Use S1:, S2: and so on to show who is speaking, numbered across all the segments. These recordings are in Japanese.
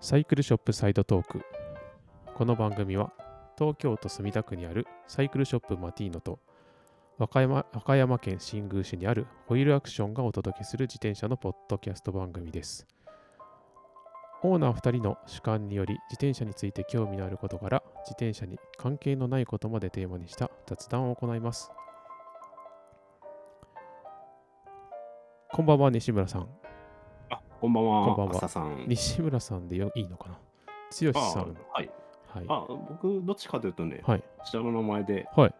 S1: サイクルショップサイドトークこの番組は東京都墨田区にあるサイクルショップマティーノと和歌山和歌山県新宮市にあるホイールアクションがお届けする自転車のポッドキャスト番組ですオーナー2人の主観により自転車について興味のあることから自転車に関係のないことまでテーマにした雑談を行いますこんばんは西村さん
S2: あ、こんばんは。
S1: こんばんは
S2: 浅さん。
S1: 西村さんでよいいのかな剛
S2: あ
S1: さん
S2: はい。
S1: はい
S2: あ、僕、どっちかというとね、
S1: はい
S2: 下の名前で
S1: はい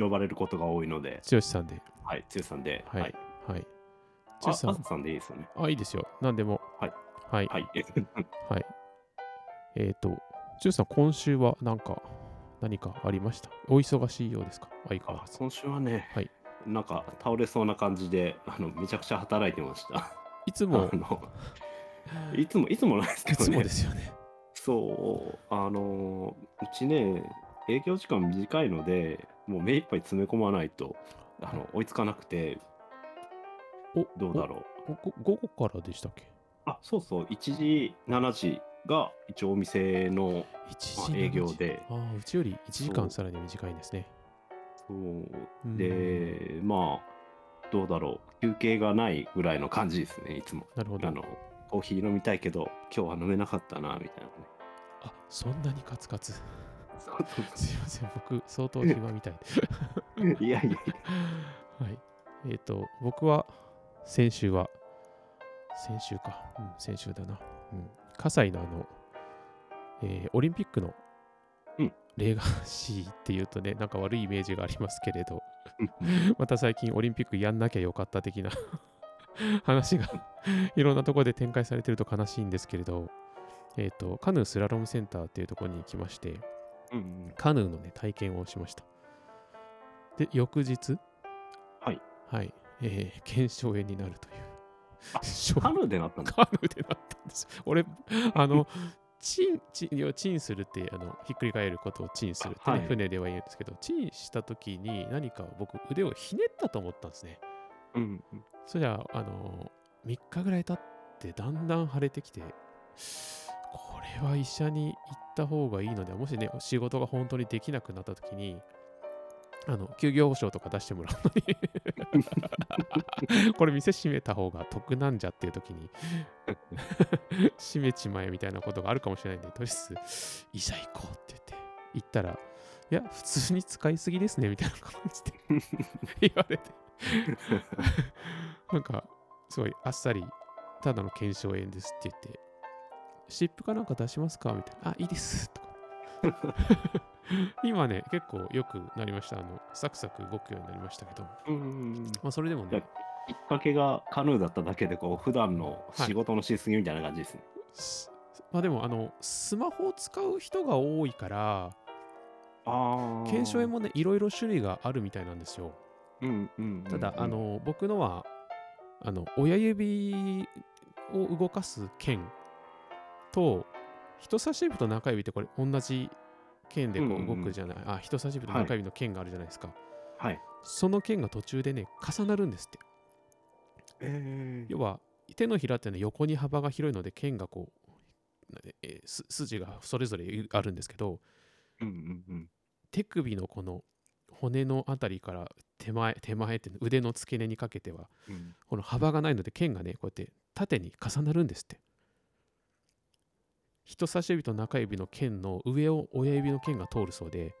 S2: 呼ばれることが多いので、
S1: 剛さんで
S2: はい、つゆさんで、
S1: はいはい
S2: あ、
S1: 剛さ
S2: 浅
S1: ん
S2: さんでいいですよね。
S1: あいいですよ何でも
S2: はい
S1: はい
S2: はい。
S1: はいえっと剛さん今週は何か何かありましたお忙しいようですか相変わ
S2: あ
S1: らず
S2: 今週はね、
S1: はい
S2: なんか倒れそうな感じで、あのめちゃくちゃ働いてました。
S1: いつも
S2: あのいつも、いつもなんですけ
S1: い
S2: ど
S1: つも
S2: ね
S1: で。すよね
S2: そう、あの、うちね、営業時間短いので、もう目いっぱい詰め込まないと、あの追いつかなくて、
S1: お
S2: どうだろう。
S1: おご午後からでしたっけ
S2: あそうそう1時7時が一応お店の
S1: 1時
S2: まあ営業で
S1: ああうちより1時
S2: そ
S1: 間
S2: う
S1: さらに短いんですね
S2: そう
S1: うん
S2: でまあどうだろう休憩がないぐらいの感じですねいつも
S1: なるほど
S2: あのコーヒー飲みたいけど今日は飲めなかったなみたいなね
S1: あそんなにカツカツ
S2: そうそうそ
S1: すいません僕相当暇みたいで
S2: ういやいやいや
S1: はい。えっ、と、僕は先週は、先週か、うん、先週だな。うん。葛西のあの、えーオリンピックの
S2: うん
S1: レガシーっていうとね、なんか悪いイメージがありますけれど、
S2: うん
S1: また最近オリンピックやんなきゃよかった的な 話がいろんなところで展開されてると悲しいんですけれど、えっ、と、カヌースラロームセンターっていうところに行きまして、
S2: うんうん
S1: カヌーのね、体験をしました。で、翌日、
S2: はい。
S1: はい。えー、腱鞘炎になるという。
S2: あ
S1: しょ
S2: カヌーでなったんだ
S1: カヌーでなったんです。俺、あの、チン、チン、要はチンするって、あの、ひっくり返ることをチンするって、ね
S2: あはい
S1: 船では言うんですけど、チンした時に何か僕、腕をひねったと思ったんですね。
S2: うんうん
S1: そりゃあ、あのー、3日ぐらい経って、だんだん腫れてきて、これは医者に行った方がいいのでは、もしね、仕事が本当にできなくなった時に、あの、休業保証とか出してもらうのに、 これ店閉めた方が得なんじゃっていう時に、閉めちまえみたいなことがあるかもしれないんで、とりあえず、医者行こうって言って、行ったら、いや、普通に使いすぎですね、みたいな感じで言われて、 なんか、すごいあっさり、ただの検証炎ですって言って、湿布かなんか出しますかみたいな。あ、いいです。とか。 今ね、結構良くなりました。あの、サクサク動くようになりましたけど、ま
S2: うんうんうん
S1: あ、それでも
S2: い
S1: ね
S2: や、きっかけがカヌーだっただけでこう普段の仕事のしすぎみたいな感じですね、
S1: すまあでも、あの、スマホを使う人が多いから、
S2: ああ
S1: 検証炎もね、いろいろ種類があるみたいなんですよ。
S2: うんうんうん
S1: ただ、あの、僕のは、あの、親指を動かす剣と、人差し指と中指ってこれ同じ剣でこ
S2: うん
S1: う
S2: うんう
S1: 動
S2: ん
S1: くじゃない、あ、人差し指と
S2: はい
S1: 中指の剣があるじゃないですか。
S2: はい
S1: その剣が途中でね、重なるんですって。
S2: え
S1: 要は、手のひらってね、横に幅が広いので、剣がこう、なえーす筋がそれぞれあるんですけど、
S2: うんうんうん
S1: 手首のこの骨のあたりから手前、手前って腕の付け根にかけては、
S2: うん
S1: この幅がないので剣がねこうやって縦に重なるんですって人差し指と中指の剣の上を親指の剣が通るそうで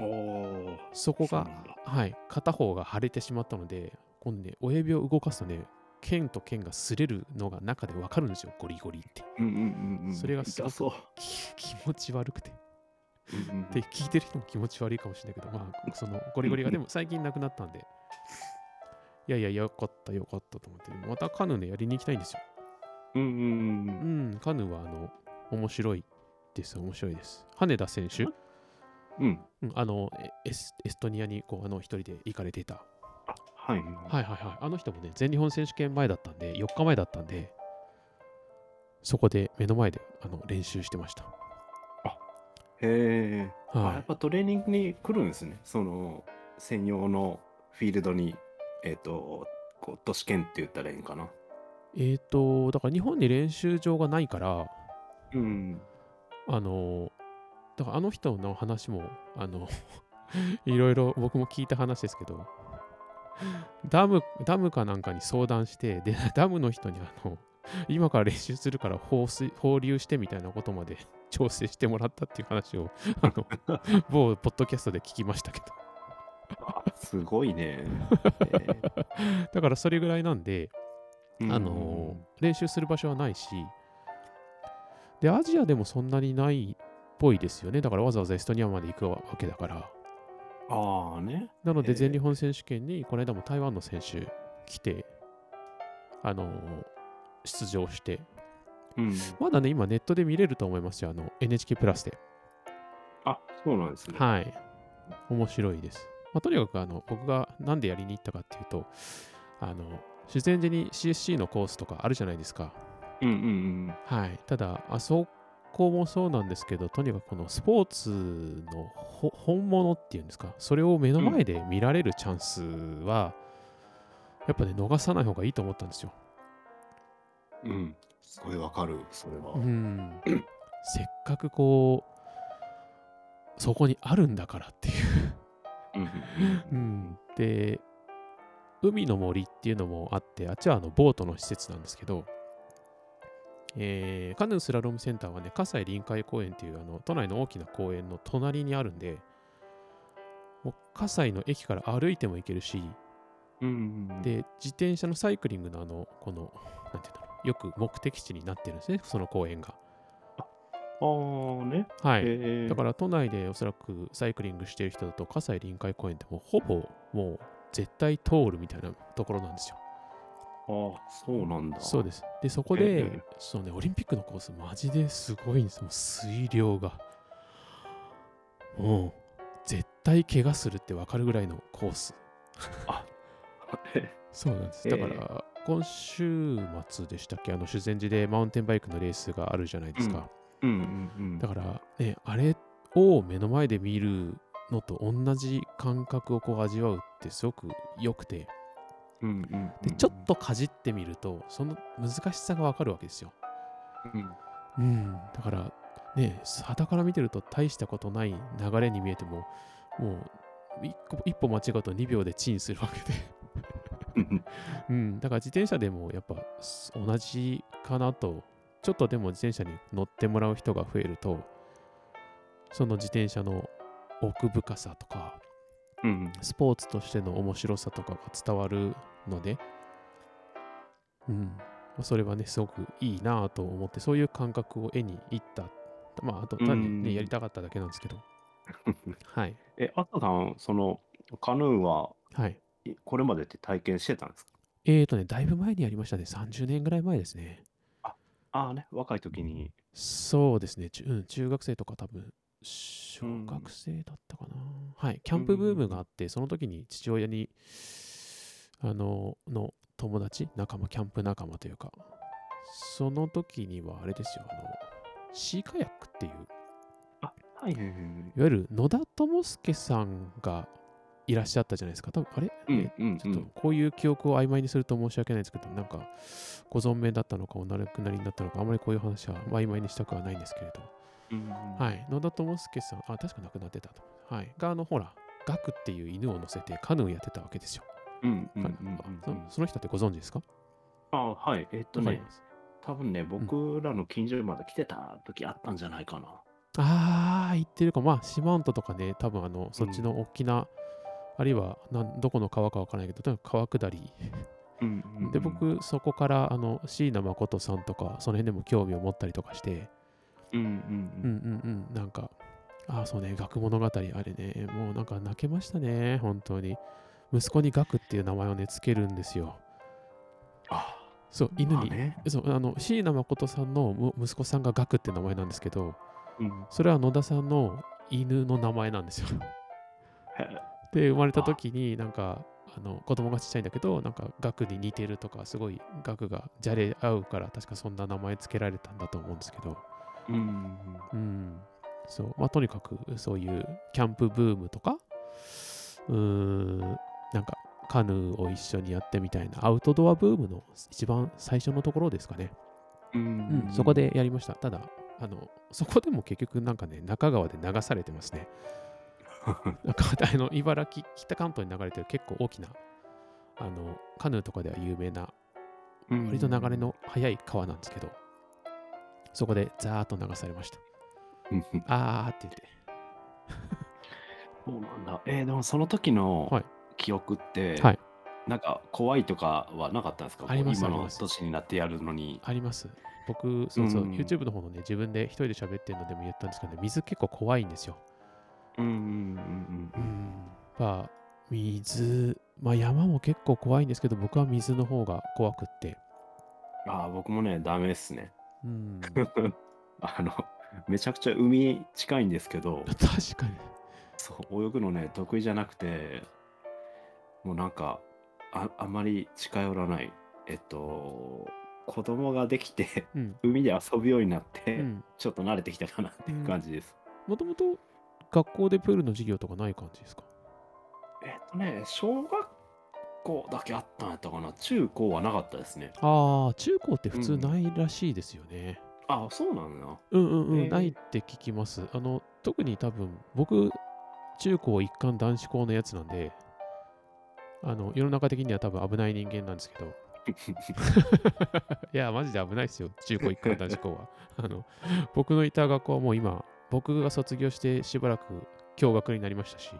S2: おお。
S1: そこ
S2: そう
S1: が
S2: なんだ
S1: はい片方が腫れてしまったので今度ね親指を動かすとね剣と剣が擦れるのが中でわかるんですよゴリゴリって
S2: うんうんうんうん。
S1: それがすご
S2: 痛
S1: く
S2: そう。
S1: き気持ち悪くて
S2: うんうんうん
S1: で聞いてる人も気持ち悪いかもしれないけどまあそのゴリゴリがでも最近なくなったんでいやいやよかったよかったと思ってまたカヌーねやりに行きたいんですよ
S2: うんうんう。
S1: うんん、カヌーはあの面白いです、面白いです。羽田選手、う
S2: あうん。
S1: ん、あのえエスエストニアにこうあの一人で行かれていた。
S2: あはい。
S1: はいはいはい。あの人もね、全日本選手権前だったんで、4日前だったんで、そこで目の前であの練習してました。
S2: へえ。あや
S1: は
S2: っぱトレーニングに来るんですね。その専用のフィールドにえっとこう都市圏って言ったらいいんかな。
S1: い。えっ、と、だから日本に練習場がないから、
S2: うん。
S1: あのだからあの人の話もあの いろいろ僕も聞いた話ですけどダムダムかなんかに相談してで ダムの人にあの今から練習するから放水放流してみたいなことまで調整してもらったっていう話をあの某ポッドキャストで聞きましたけど
S2: あすご いね。
S1: だからそれぐらいなんで、
S2: えー
S1: あの練習する場所はないしでアジアでもそんなにないっぽいですよねだからわざわざエストニアまで行くわけだから
S2: ああね。
S1: なの
S2: え
S1: で
S2: え
S1: 全日本選手権にこの間も台湾の選手来て、あのー出場して、
S2: うん。
S1: まだね、今ネットで見れると思いますよ、あの NHK プラスで。
S2: あそうなんですね。
S1: はい。面白いです。まあ、とにかくあの僕がなんでやりに行ったかっていうと、あの自然寺に CSC のコースとかあるじゃないですか。
S2: うんうん
S1: はい。ただ、あそこもそうなんですけど、とにかくこのスポーツのほ本物っていうんですか、それを目の前で見られるチャンスは、やっぱね、逃さない方がいいと思ったんですよ。
S2: うん。うん。すごいわかる、それは。
S1: うん。せっかくこう、そこにあるんだからっていう。
S2: うん
S1: う
S2: うん
S1: ん。で、海の森っていうのもあって、あっちはあのボートの施設なんですけど、えーカヌースラロームセンターはね、葛西臨海公園っていうあの都内の大きな公園の隣にあるんで、もう葛西の駅から歩いても行けるし、
S2: うんうんうん、
S1: で、自転車のサイクリングのあの、この、なんていうんだろう、よく目的地になってるんですね、その公園が。
S2: ああね。
S1: はい。
S2: えー
S1: だから都内でおそらくサイクリングしてる人だと葛西臨海公園ってもうほぼもう絶対通るみたいなところなんですよ。
S2: ああ、そうなんだ。
S1: そうです。で、そこ
S2: え
S1: で、
S2: え
S1: そうね、オリンピックのコースマジですごいんですもう水量が。もう絶対怪我するってわかるぐらいのコース。そうなんです。
S2: ええ
S1: だから、今週末でしたっけあの修善寺でマウンテンバイクのレースがあるじゃないですか。
S2: うんうんうん。
S1: だから、ね、あれを目の前で見るのと同じ感覚をこう味わうってすごく良くて
S2: うんうんうんうん
S1: でちょっとかじってみるとその難しさがわかるわけですよ。う
S2: うん
S1: ん、だからね肌から見てると大したことない流れに見えてももう一個一歩間違うと2秒でチンするわけで、
S2: うん
S1: うん、だから自転車でもやっぱす同じかなとちょっとでも自転車に乗ってもらう人が増えるとその自転車の奥深さとか
S2: うん
S1: スポーツとしての面白さとかが伝わるので、うん、まあそれはね、すごくいいなぁと思って、そういう感覚を得に行った。まあ、あと単に、
S2: う
S1: ね、
S2: ん
S1: やりたかっただけなんですけ ど、はい。
S2: え、あたさん、そのカヌーは
S1: はい。
S2: いこれまでって体験してたんですか
S1: えーとね、だいぶ前にやりましたね。30年ぐらい前ですね。
S2: ああね、若い時に。
S1: そうですね。中うん、中学生とか多分、小
S2: うん
S1: 学生だったかな。はい。キャンプブームがあって、その時に父親に、あの、の友達、仲間、キャンプ仲間というか、その時にはあれですよ、あの、シーカヤックっていう、
S2: はいはいは
S1: い
S2: い
S1: わゆる野田智介さんがいらっしゃったじゃないですか。多分あれ、え
S2: うんうん
S1: ちょっとこういう記憶を曖昧にすると申し訳ないですけど、なんかご存命だったのかお亡くなりになったのか、あまりこういう話は曖昧にしたくはないんですけれど、
S2: うん。。
S1: はいい、野田智介さん、あ、確か亡くなってたと。はい、が、あの、ほら、ガクっていう犬を乗せてカヌーやってたわけですよ。
S2: うんうんうん
S1: 彼
S2: うん
S1: あそその人ってご存知ですか
S2: あはい。えっと
S1: わかり
S2: ね
S1: ま、す。
S2: 多分ね、僕らの近所まで来てた時あったんじゃないかな。
S1: あー、言ってるか、まあ、四万十とかね、多分あの、そっちの大きな、あるいはなんどこの川かわからないけど、とにかく川下り。
S2: うんうんうん
S1: で、、僕、そこから、あの、椎名誠さんとか、その辺でも興味を持ったりとかして、
S2: う
S1: う
S2: んう
S1: ん
S2: ん
S1: うんうん、なんか、ああ、そうね、学物語、あれね、もうなんか泣けましたね、本当に。息子に学っていう名前をね、つけるんですよ。
S2: あ
S1: そう、
S2: ー
S1: 犬
S2: まあ
S1: に。
S2: ね。
S1: そうあの椎名誠さんのむ息子さんが学って名前なんですけど、
S2: うん
S1: それは野田さんの犬の名前なんですよ。
S2: へえ
S1: で、生まれた時に、なんか、あの子供がちっちゃいんだけど、なんか、学に似てるとか、すごい学がじゃれ合うから、確かそんな名前つけられたんだと思うんですけど、
S2: うんうん
S1: うん、そう、まあ、とにかくそういうキャンプブームとか、うーん、なんかカヌーを一緒にやってみたいなアウトドアブームの一番最初のところですかね。
S2: うんうんうん
S1: そこでやりました。ただ、あの、そこでも結局なんかね、中川で流されて ますね。なんかあの茨城、北関東に流れてる結構大きな、あの、カヌーとかでは有名な、割と流れの速い川なんですけど、そこでザーッと流されました。
S2: うんうん
S1: あーって言って。
S2: そうなんだ。えーでもその時の
S1: はい
S2: 記憶って、
S1: はい
S2: なんか怖いとかはなかったんですか
S1: あります
S2: こ
S1: あ
S2: う
S1: り
S2: 今の
S1: ます
S2: 年になってやるのに。
S1: あります。僕、そうそう、
S2: うん
S1: YouTube の方のね、自分で一人で喋ってるのでも言ったんですけどね、水結構怖いんですよ。
S2: うんうん
S1: うん。まあ、水、まあ山も結構怖いんですけど、僕は水の方が怖くって。
S2: うん。ああ、僕もね、ダメですね。
S1: う ん。
S2: あの、めちゃくちゃ海近いんですけど、
S1: 確かに。
S2: そう泳ぐのね、得意じゃなくて、もうなんか、ああんまり近寄らない。えっと、子供ができて、
S1: うん。
S2: 海で遊ぶようになって、
S1: うん。
S2: ちょっと慣れてきたかなっていう感じです。
S1: もともと学校でプールの授業とかない感じですか
S2: えっとね、小学校だけあったんやったかな。中高はなかったですね。
S1: ああ、中高って普通ないらしいですよね。
S2: あ、そうなんだな。
S1: うんうんうん、
S2: えー
S1: ないって聞きます。あの、特に多分、僕、中高一貫男子校のやつなんで、あの、世の中的には多分危ない人間なんですけど、いや、マジで危ないですよ、中高一貫男子校は。 あの、僕のいた学校はもう今、僕が卒業してしばらく共学になりましたし、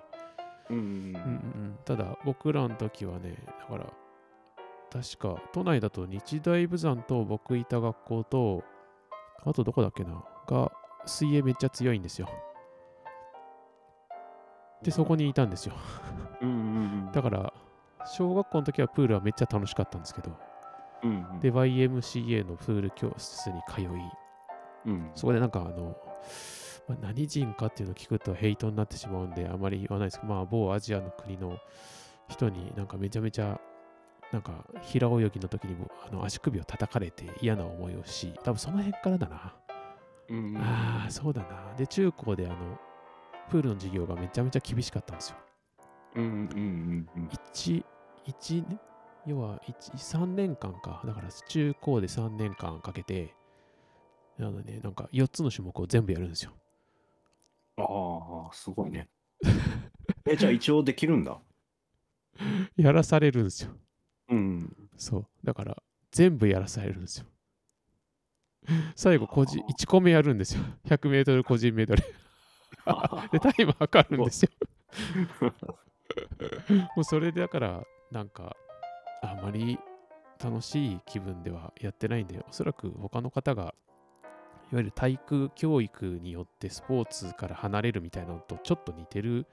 S2: うん
S1: うんうんうん、ただ、僕らの時はね、だから、確か、都内だと日大武山と僕いた学校と、あとどこだっけな、が、水泳めっちゃ強いんですよ。で、そこにいたんですよ。
S2: うんうん
S1: だから、小学校の時はプールはめっちゃ楽しかったんですけど、
S2: うんうん
S1: で、YMCA のプール教室に通い、
S2: うん
S1: そこでなんかあの、まあ何人かっていうのを聞くとヘイトになってしまうんであまり言わないですけど、まあ某アジアの国の人になんかめちゃめちゃなんか平泳ぎの時にもあの足首を叩かれて嫌な思いをし、多分その辺からだな。
S2: うんうん
S1: ああ、そうだな。で、中高であの、プールの授業がめちゃめちゃ厳しかったんですよ。
S2: うんうんうん
S1: 1、1、要は1、3年間か。だから中高で3年間かけて、あのね、なんか4つの種目を全部やるんですよ。
S2: ああ、すごいね。え、じゃあ一応できるんだ。
S1: やらされるんですよ。
S2: うん。
S1: そう。だから、全部やらされるんですよ。最後、個人、
S2: はあ
S1: 1個目やるんですよ。100メートル個人メドレー。で、タイム測るんですよ。もうそれで、だから、なんか、あまり楽しい気分ではやってないんで、おそらく他の方が、いわゆる体育教育によってスポーツから離れるみたいなのとちょっと似てる、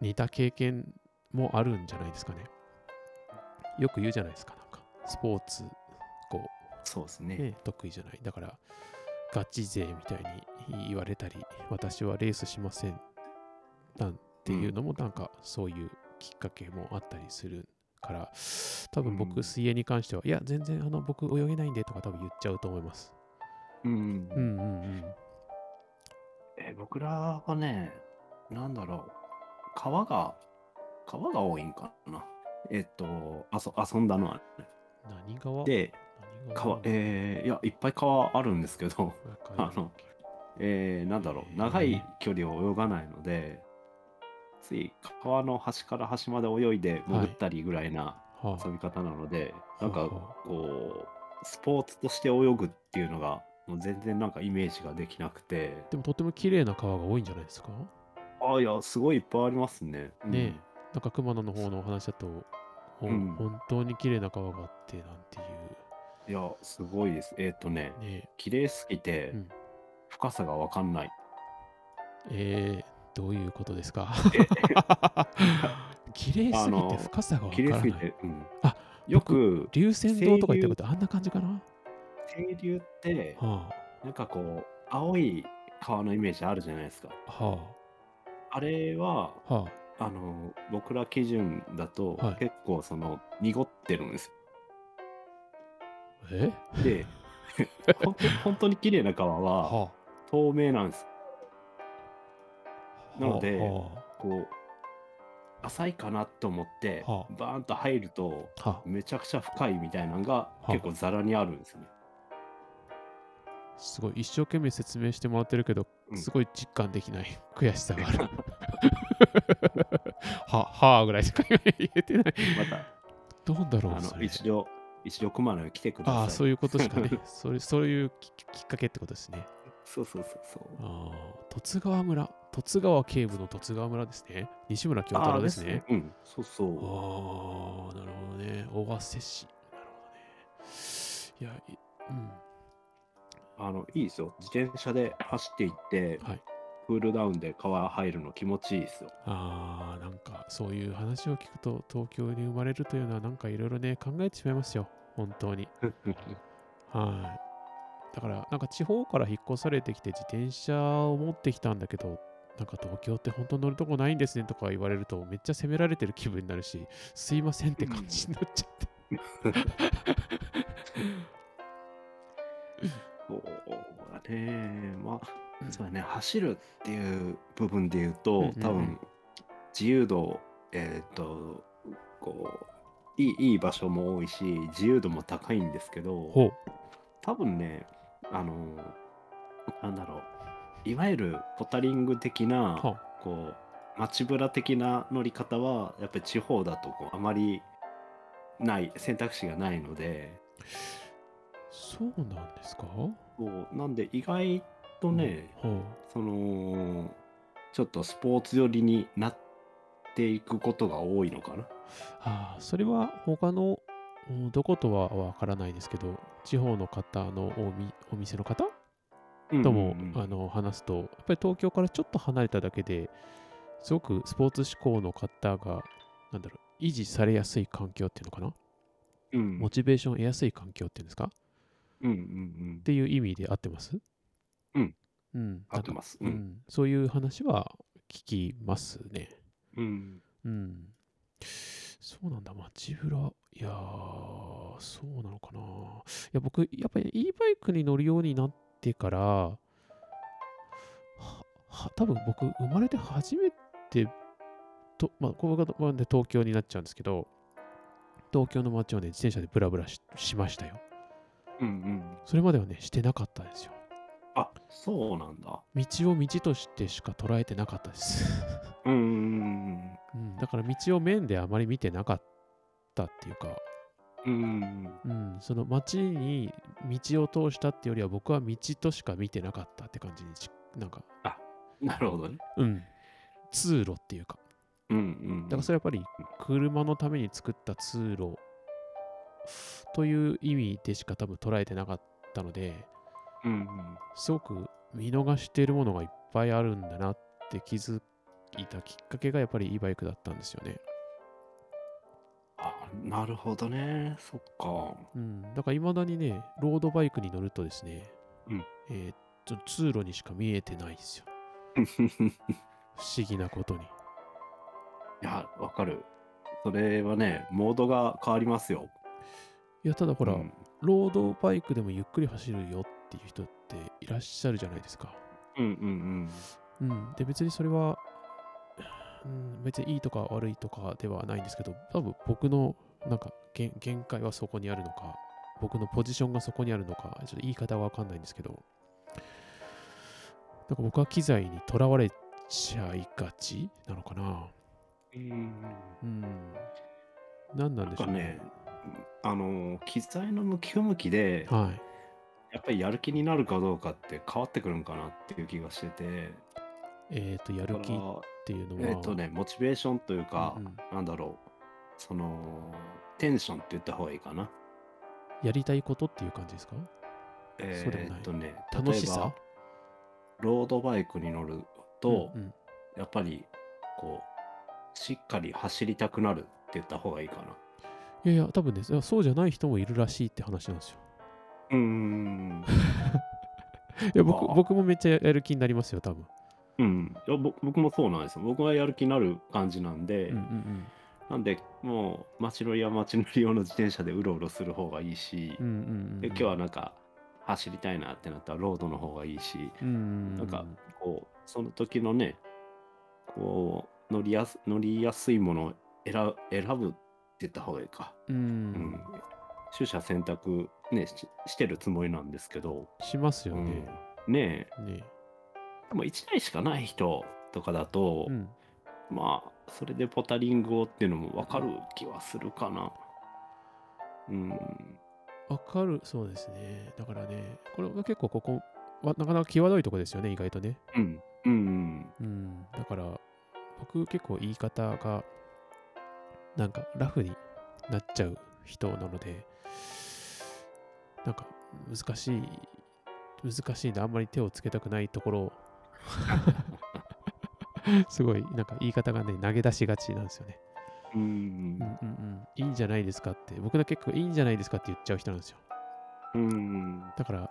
S1: 似た経験もあるんじゃないですかね。よく言うじゃないですか、なんか、スポーツ、こう、
S2: そうですね。
S1: ね、得意じゃない。だから、ガチ勢みたいに言われたり、私はレースしませんなんていうのも、なんかそういうきっかけもあったりするから、多分
S2: う
S1: 僕、
S2: ん
S1: 水泳に関しては、いや、全然あの僕泳げないんでとか多分言っちゃうと思います。
S2: う。
S1: うんんうんうん。
S2: え、僕らはね、なんだろう。川が、川が多いんかな。えっと、あそ遊んだのは、ね。
S1: 何川
S2: で、
S1: 何
S2: 川
S1: 川、
S2: えー、いや、いっぱい川あるんですけど、
S1: なんだ
S2: あ
S1: っ
S2: の
S1: け
S2: えー、なんだろ
S1: えー
S2: う、長い距離を泳がないので、つい川の端から端まで泳いで潜ったりぐらいな
S1: はい
S2: 遊び方なので、なん
S1: は
S2: か
S1: いは
S2: こう、スポーツとして泳ぐっていうのが、もう全然なんかイメージができなくて、
S1: でもとても綺麗な川が多いんじゃないですか
S2: ああ、いや、すごいいっぱいありますね。うん
S1: ねなんか熊野の方のお話だと、ほん
S2: うん
S1: 本当に綺麗な川があってなんてい
S2: いや、すごいです。えっ、とね、
S1: う。ね
S2: 綺麗すぎて
S1: うん、
S2: 深さがわかんない。
S1: えー、どういうことですか
S2: え
S1: 綺麗
S2: あ
S1: すぎて
S2: の
S1: 深さがわか
S2: 綺
S1: ら
S2: 麗
S1: な
S2: すぎ
S1: い。
S2: て、うん
S1: あ
S2: よく、
S1: 流線道とか言ったことあんな感じかな
S2: 清流って、
S1: は
S2: なんかこう、青い川のイメージあるじゃないですか。
S1: あ、は
S2: あれは、
S1: あ、は
S2: あの、僕ら基準だと、
S1: はい
S2: 結構その、濁ってるんです
S1: あ。え
S2: よ。 で、本当本当に綺麗な川
S1: は
S2: は、透明なんです。
S1: あ
S2: なので
S1: は
S2: こう、浅いかなと思って、
S1: はあ
S2: バーンと入ると、
S1: あはあ
S2: めちゃくちゃ深いみたいなのが
S1: あ
S2: 結構ざらにあるんですね。
S1: すごい一生懸命説明してもらってるけど、
S2: うん
S1: すごい実感できない 悔しさがあ る。は、はあぐらいしか言えてない。
S2: また、
S1: どうだろ
S2: あ
S1: うそ
S2: の、
S1: れ
S2: 一度、一度熊野へ来てください。
S1: ああ、そう
S2: いう。
S1: いうことしか ね。それそういうききっかけってことですね。
S2: そうそうそうそう。
S1: ああ、十津川村。十津川警部の十津川村ですね。西村京太郎ですね。
S2: あー。うん、そうそ
S1: ああ
S2: う。
S1: ー、なるほどね。尾鷲市。なるほどね。いや、いうん。
S2: あの、いいですよ。自転車で走っていって、
S1: はい
S2: クールダウンで川入るの気持ちい いですよ。
S1: あーなんかそういう話を聞くと東京に生まれるというのはなんかいろいろね考えてしまいますよ本当にはいだからなんか地方から引っ越されてきて自転車を持ってきたんだけどなんか東京って本当乗るとこないんですねとか言われるとめっちゃ責められてる気分になるしすいませんって感じになっちゃって
S2: そうだね。まあ、そうだね。走るっていう部分で言う
S1: う
S2: と、
S1: んうんうん
S2: 多分、自由度、えっ、と、こう、いいいい場所も多いし、自由度も高いんですけど、
S1: ほう
S2: 多分ねあのなんだろういわゆるポタリング的な
S1: は
S2: こう街ぶら的な乗り方はやっぱり地方だとこうあまりない選択肢がないので
S1: そうなんですか
S2: こうなんで意外とね、
S1: ほ
S2: そのちょっとスポーツ寄りになっていくことが多いのかな。
S1: うあーそれは他のうんどことはわからないですけど地方の方のおみお店の方とも、
S2: うんうんうん
S1: あの話すとやっぱり東京からちょっと離れただけですごくスポーツ志向の方がなんだろう維持されやすい環境っていうのかな、
S2: うん
S1: モチベーションを得やすい環境っていうんですかっ
S2: うんうんうん
S1: ていう意味で合ってます
S2: うん。
S1: うん。
S2: 合ってます。
S1: なんかう
S2: うん
S1: ん。そういう話は聞きますね。
S2: うん
S1: うん。そうなんだ、街ぶら。いやー、そうなのかな。いや、僕、やっぱり e バイクに乗るようになってから、は、は多分僕、生まれて初めて、と、まあ、ここが、で東京になっちゃうんですけど、東京の街をね、自転車でブラブラししましたよ。
S2: うんうん
S1: それまではね、してなかったんですよ。
S2: あそうなんだ。
S1: 道を道としてしか捉えてなかったです。
S2: うんうん
S1: うん、だから道を面であまり見てなかったっていうか、
S2: うんうんうん
S1: うん、その街に道を通したってよりは僕は道としか見てなかったって感じにしなんか、
S2: なるほどね。
S1: うん、通路っていうか
S2: うんうん。
S1: だからそれはやっぱり車のために作った通路という意味でしか多分捉えてなかったので
S2: れ、うんうん、
S1: すごく見逃しているものがいっぱいあるんだなって気づいたきっかけがやっぱり e バイクだったんですよね。
S2: あなるほどね。そっか。
S1: うん、だからいまだにね、ロードバイクに乗るとですね、
S2: うん
S1: えーちょっと通路にしか見えてないですよ。 不思議なことに。
S2: いや、わかる。それはね、モードが変わりますよ。
S1: いや、ただほら、
S2: うん
S1: ロードバイクでもゆっくり走るよっていう人っていらっしゃるじゃないですか。
S2: うんうん
S1: うん。で、別にそれは、うん、別にいいとか悪いとかではないんですけど、多分僕のなんか限限界はそこにあるのか、僕のポジションがそこにあるのか、ちょっと言い方がわかんないんですけど、なんか僕は機材にとらわれちゃいがちなのかな。
S2: うん。うん
S1: うん。何なん
S2: なん
S1: でしょ
S2: か
S1: うね。
S2: ね、あの、機材の向き不向きで、
S1: はい。
S2: やっぱりやる気になるかどうかって変わってくるんかなっていう気がしてて、
S1: えっ、と、や
S2: だ
S1: る
S2: か
S1: 気っ
S2: ら、
S1: ていうのは。
S2: えっ、とね、モチベーションというか、
S1: うんうん
S2: なんだろう、その、テンションって言った方がいいかな。
S1: やりたいことっていう感じですか
S2: え
S1: そうでもない
S2: ーっとね、
S1: 楽し
S2: 例え
S1: さ
S2: ばロードバイクに乗ると、
S1: うんうん
S2: やっぱりこうしっかり走りたくなるって言った方がいいかない
S1: やいや、多分ね、いやそうじゃない人もいるらしいって話なんですよ。
S2: うーん
S1: いや僕
S2: あー
S1: 僕もめっちゃやる気になりますよ、多分。
S2: うんいやぼ僕もそうなんですよ僕はやる気になる感じなんで、
S1: うんうん
S2: なんでもう街乗りは街乗り用の自転車でうろうろする方がいいし、
S1: うん。うんうんうん、
S2: で今日はなんか走りたいなってなったらロードの方がいいし
S1: うんうん、
S2: なんかこうその時のねこう乗りやす乗りやすいものを選選ぶって言った方がいいか
S1: うん、
S2: うん取捨選択ね、ししてるつもりなんですけど、
S1: しますよ
S2: うん
S1: ね。
S2: ねえ、
S1: ね
S2: でも1台しかない人とかだと、
S1: うん。
S2: まあ、それでポタリングをっていうのも分かる気はするかな。うん、
S1: わかる、そうですね。だからね、これが結構ここ、わなかなか際どいとこですよね、意外とね。
S2: うん、うん、
S1: うん。だから、僕結構言い方が、なんかラフになっちゃう人なので、なんか難しい、難しいんで、あんまり手をつけたくないとこ ろを、すごい、なんか言い方がね、投げ出しがちなんですよね。
S2: う
S1: うん
S2: ん、
S1: うんうん、いいんじゃないですかって、僕ら結構いいんじゃないですかって言っちゃう人なんですよ。
S2: うん、
S1: だから、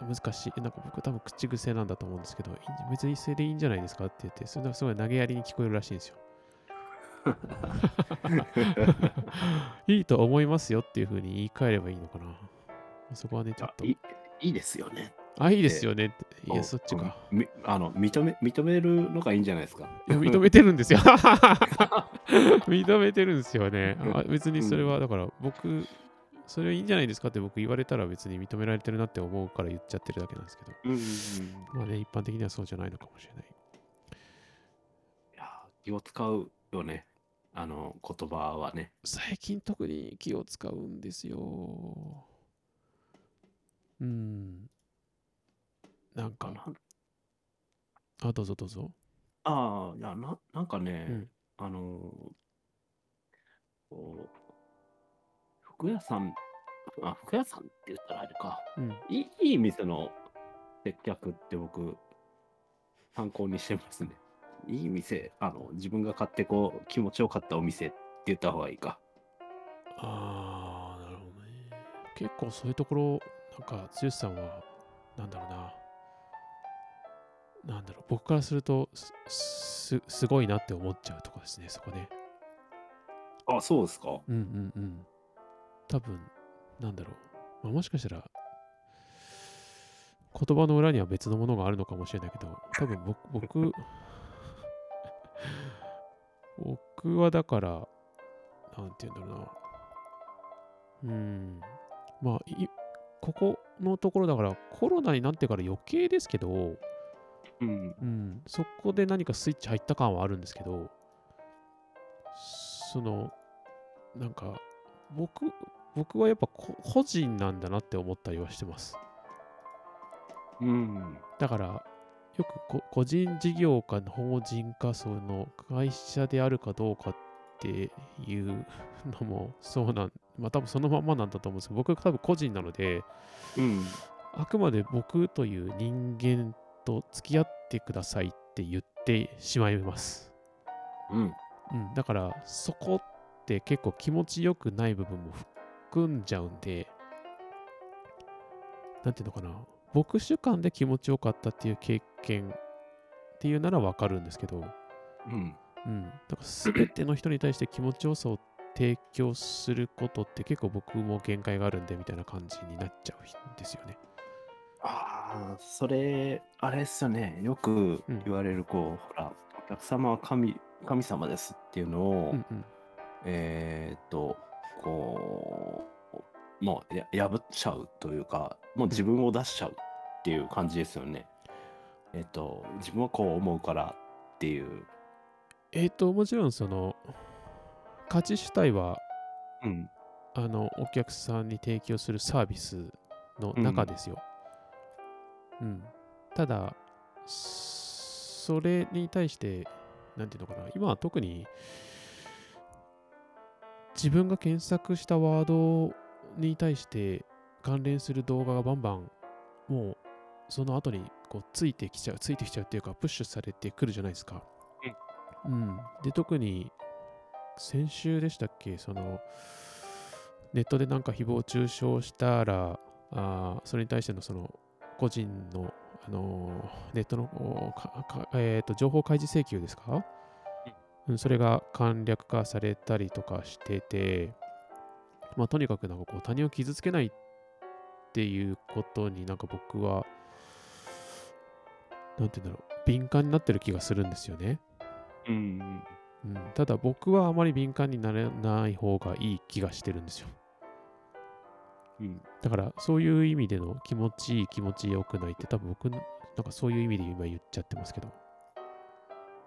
S1: 難しい。なんか僕多分口癖なんだと思うんですけど、いいんじゃ別にそれでいいんじゃないですかって言って、それがすごい投げやりに聞こえるらしいんです よ。いいと思いますよっていうふうに言い換えればいいのかな。そこはね、ちょっと
S2: い。いいいですよね。
S1: あ、いいですよねって。いや、
S2: お
S1: そっちか。。
S2: みあの認め認めるのがいいんじゃないですか。
S1: いや認めてるんです よ。認めてるんですよね。あ別にそれは、だから僕、それいいんじゃないですかって僕言われたら別に認められてるなって思うから言っちゃってるだけなんですけど。
S2: うん、い
S1: まあね、一般的にはそうじゃないのかもしれない。
S2: や気を使うよね。あの言葉はね。
S1: 最近特に気を使うんですよ。うん。なん
S2: か
S1: か、
S2: な
S1: あ、どうぞどうぞ。
S2: ああ、いや、な、なんかね、
S1: うん
S2: あのーこう服屋さん、あ、服屋さんって言ったらあれか、
S1: うん。
S2: いいいい店の接客って僕、参考にしてますね。 いい店、あの、自分が買ってこう、気持ちよかったお店って言った方がいいか。
S1: ああ、なるほどね。結構そういうところ、なんか、剛さんは、なんだろうな。なんだろう、僕からすると、す、すすごいなって思っちゃうとこですね、そこね。
S2: あ、そうですか。
S1: うんうんうん。多分、なんだろう。まあ、もしかしたら、言葉の裏には別のものがあるのかもしれないけど、多分僕、僕、僕はだから、なんて言うんだろうな。うん。まあ、いここのところだから、コロナになってから余計ですけど、
S2: うん。
S1: うん、そこで何かスイッチ入った感はあるんですけど、その、なんか、僕、僕はやっぱこ個人なんだなって思ったりはしてます。
S2: うん。
S1: だから、よくこ個人事業か法人か、その会社であるかどうかっていうのも、そうなん、まあ多分そのまんまなんだと思うんですけど、僕は多分個人なので、
S2: うん。
S1: あくまで僕という人間と付き合ってくださいって言ってしまいます。
S2: うん。
S1: うん、だからそこって結構気持ちよくない部分も含んじゃうんで、なんていうのかな、僕主観で気持ちよかったっていう経験っていうならわかるんですけど、
S2: うん。
S1: うん、だから全ての人に対して気持ちよさを提供することって結構僕も限界があるんでみたいな感じになっちゃうんですよね。
S2: ああ、それ、あれっすよね。よく
S1: うん
S2: 言われる、こう、ほら、お客様は神、神様ですっていうのを、
S1: うんうん、
S2: えーっと、こう、もうや、破っちゃうというか、もう自分を出しちゃうっていう感じですよね。えーっと、自分はこう思うからっていう。
S1: えっ、と、もちろんその、価値主体は
S2: うん。
S1: あのお客さんに提供するサービスの中ですよ。うん。ただ、それに対して、なんていうのかな、今は特に自分が検索したワードに対して関連する動画がバンバン、もうその後にこうついてきちゃう、ついてきちゃうっていうか、プッシュされてくるじゃないですか。うん。で、特に先週でしたっけ、その、ネットでなんか誹謗中傷したら、あーそれに対してのその個人の、あのーネットのおーかかえーと情報開示請求ですか、うん、それが簡略化されたりとかしてて、まあ、とにかくなんかこう他人を傷つけないっていうことになんか僕は、なんて言うんだろう、敏感になってる気がするんですよね。
S2: うん。
S1: うん、ただ僕はあまり敏感になれない方がいい気がしてるんですよ。
S2: うん。
S1: だから、そういう意味での気持ちいい気持ちよくないって、多分僕の、なんかそういう意味で今言っちゃってますけど。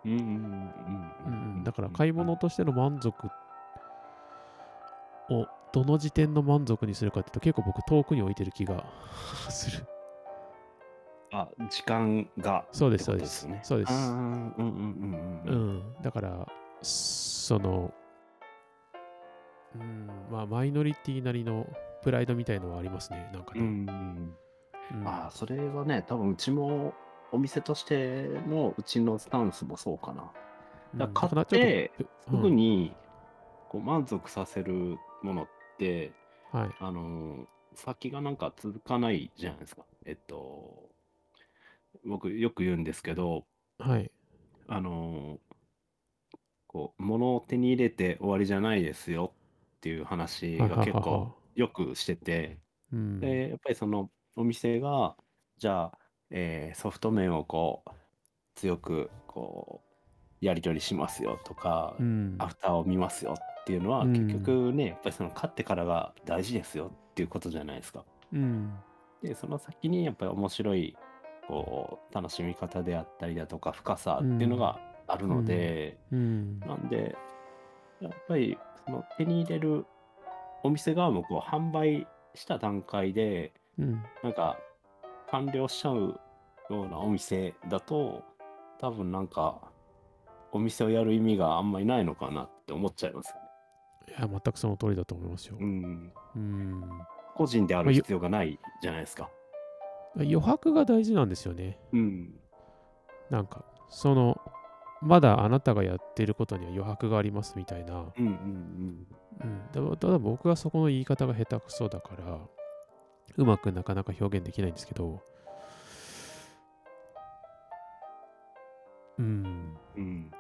S2: うんうん
S1: う
S2: うんん
S1: うんだから、買い物としての満足を、どの時点の満足にするかっていうと、結構僕遠くに置いてる気が する。
S2: あ時間が
S1: そうです、
S2: っ
S1: そう
S2: てこと
S1: です。
S2: ね
S1: そうです。
S2: あーうんうんう
S1: うん
S2: うん
S1: ん、だから、その、うん、まあ、マイノリティなりのプライドみたいのはありますね、なんか
S2: うんう
S1: ね。
S2: んうん
S1: うん
S2: まあそれはね多分うちもお店としてのうちのスタンスもそうかなだから買って、
S1: うんだからちょと
S2: 特、にこう満足させるものって
S1: うんはい。
S2: あの先がなんか続かないじゃないですかえっと僕よく言うんですけど
S1: はい。
S2: あのこう物を手に入れて終わりじゃないですよっていう話が結
S1: ははは
S2: 構
S1: は。
S2: よくしてて
S1: うん。
S2: でやっぱりそのお店がじゃあ、えーソフト面をこう強くこうやり取りしますよとか、
S1: うん
S2: アフターを見ますよっていうのは
S1: うん
S2: 結局ね、やっぱりその勝ってからが大事ですよっていうことじゃないですか。
S1: うん。
S2: でその先にやっぱり面白いこう楽しみ方であったりだとか深さっていうのがあるので、
S1: うん。
S2: なんでやっぱりその手に入れるお店側もこう販売した段階で
S1: うん。
S2: なんか完了しちゃうようなお店だと多分なんかお店をやる意味があんまりないのかなって思っちゃいますよね。
S1: いや、全くその通りだと思いますよ
S2: う。ん、
S1: うん。
S2: 個人であ
S1: まあ
S2: る
S1: よ
S2: 必要がないじゃないですか。
S1: 余白が大事なんですよね。
S2: うん、
S1: なんか、その、まだあなたがやってることには余白がありますみたいな。
S2: うん、うん、
S1: うん、だただ僕はそこの言い方が下手くそだから、うまくなかなか表現できないんですけど、うん、
S2: うん、うん。だ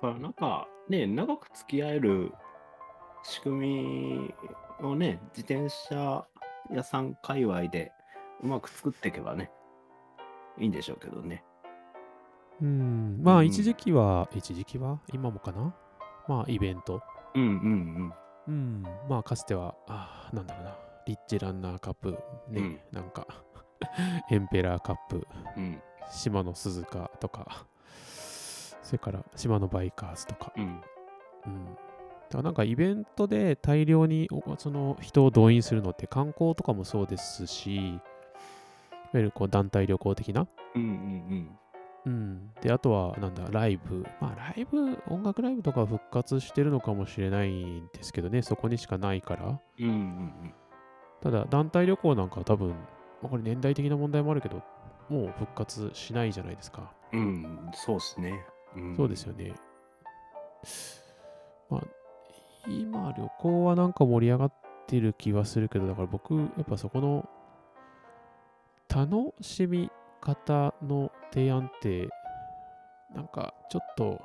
S2: からなんかね、長く付き合える仕組みをね、自転車屋さん界隈でうまく作っていけばね、いいんでしょうけどね。
S1: うん、まあ
S2: うん
S1: 一時期は、一時期は今もかなまあイベント、
S2: うん、うん、
S1: うん、まあかつては、あーなんだろうな、リッチランナーカップ、ね、なんか、 エンペラーカップ、
S2: うん、うん、
S1: 島の鈴鹿とか、それから島のバイカーズとか、
S2: うん。
S1: うん、だからなんかイベントで大量におその人を動員するのって観光とかもそうですし、いわゆるこう団体旅行的な、
S2: うんうん
S1: うん、であとはなんだライブ、まあ、ライブ音楽ライブとかは復活してるのかもしれないんですけどねそこにしかないから
S2: うん。うんうん
S1: ただ団体旅行なんかは多分、まあこれ年代的な問題もあるけどもう復活しないじゃないですか、
S2: うん。うん、そうですね。うん
S1: そうですよね。まあ、今、旅行はなんか盛り上がってる気はするけど、だから僕、やっぱそこの、楽しみ方の提案って、なんかちょっと、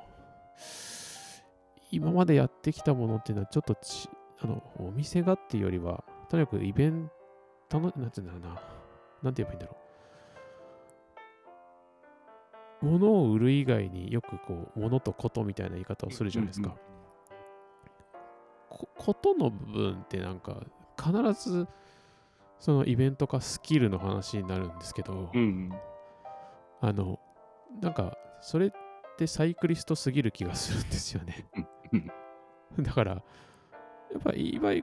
S1: 今までやってきたものっていうのは、ちょっとち、あの、お店がっていうよりは、とにかくイベントの、なんていうんだろうな、なんて言えばいいんだろう。物を売る以外によくこう物とことみたいな言い方をするじゃないですか。こことの部分ってなんか必ずそのイベントかスキルの話になるんですけど、
S2: うん。
S1: あのなんかそれってサイクリストすぎる気がするんですよね。だからやっぱ e バイ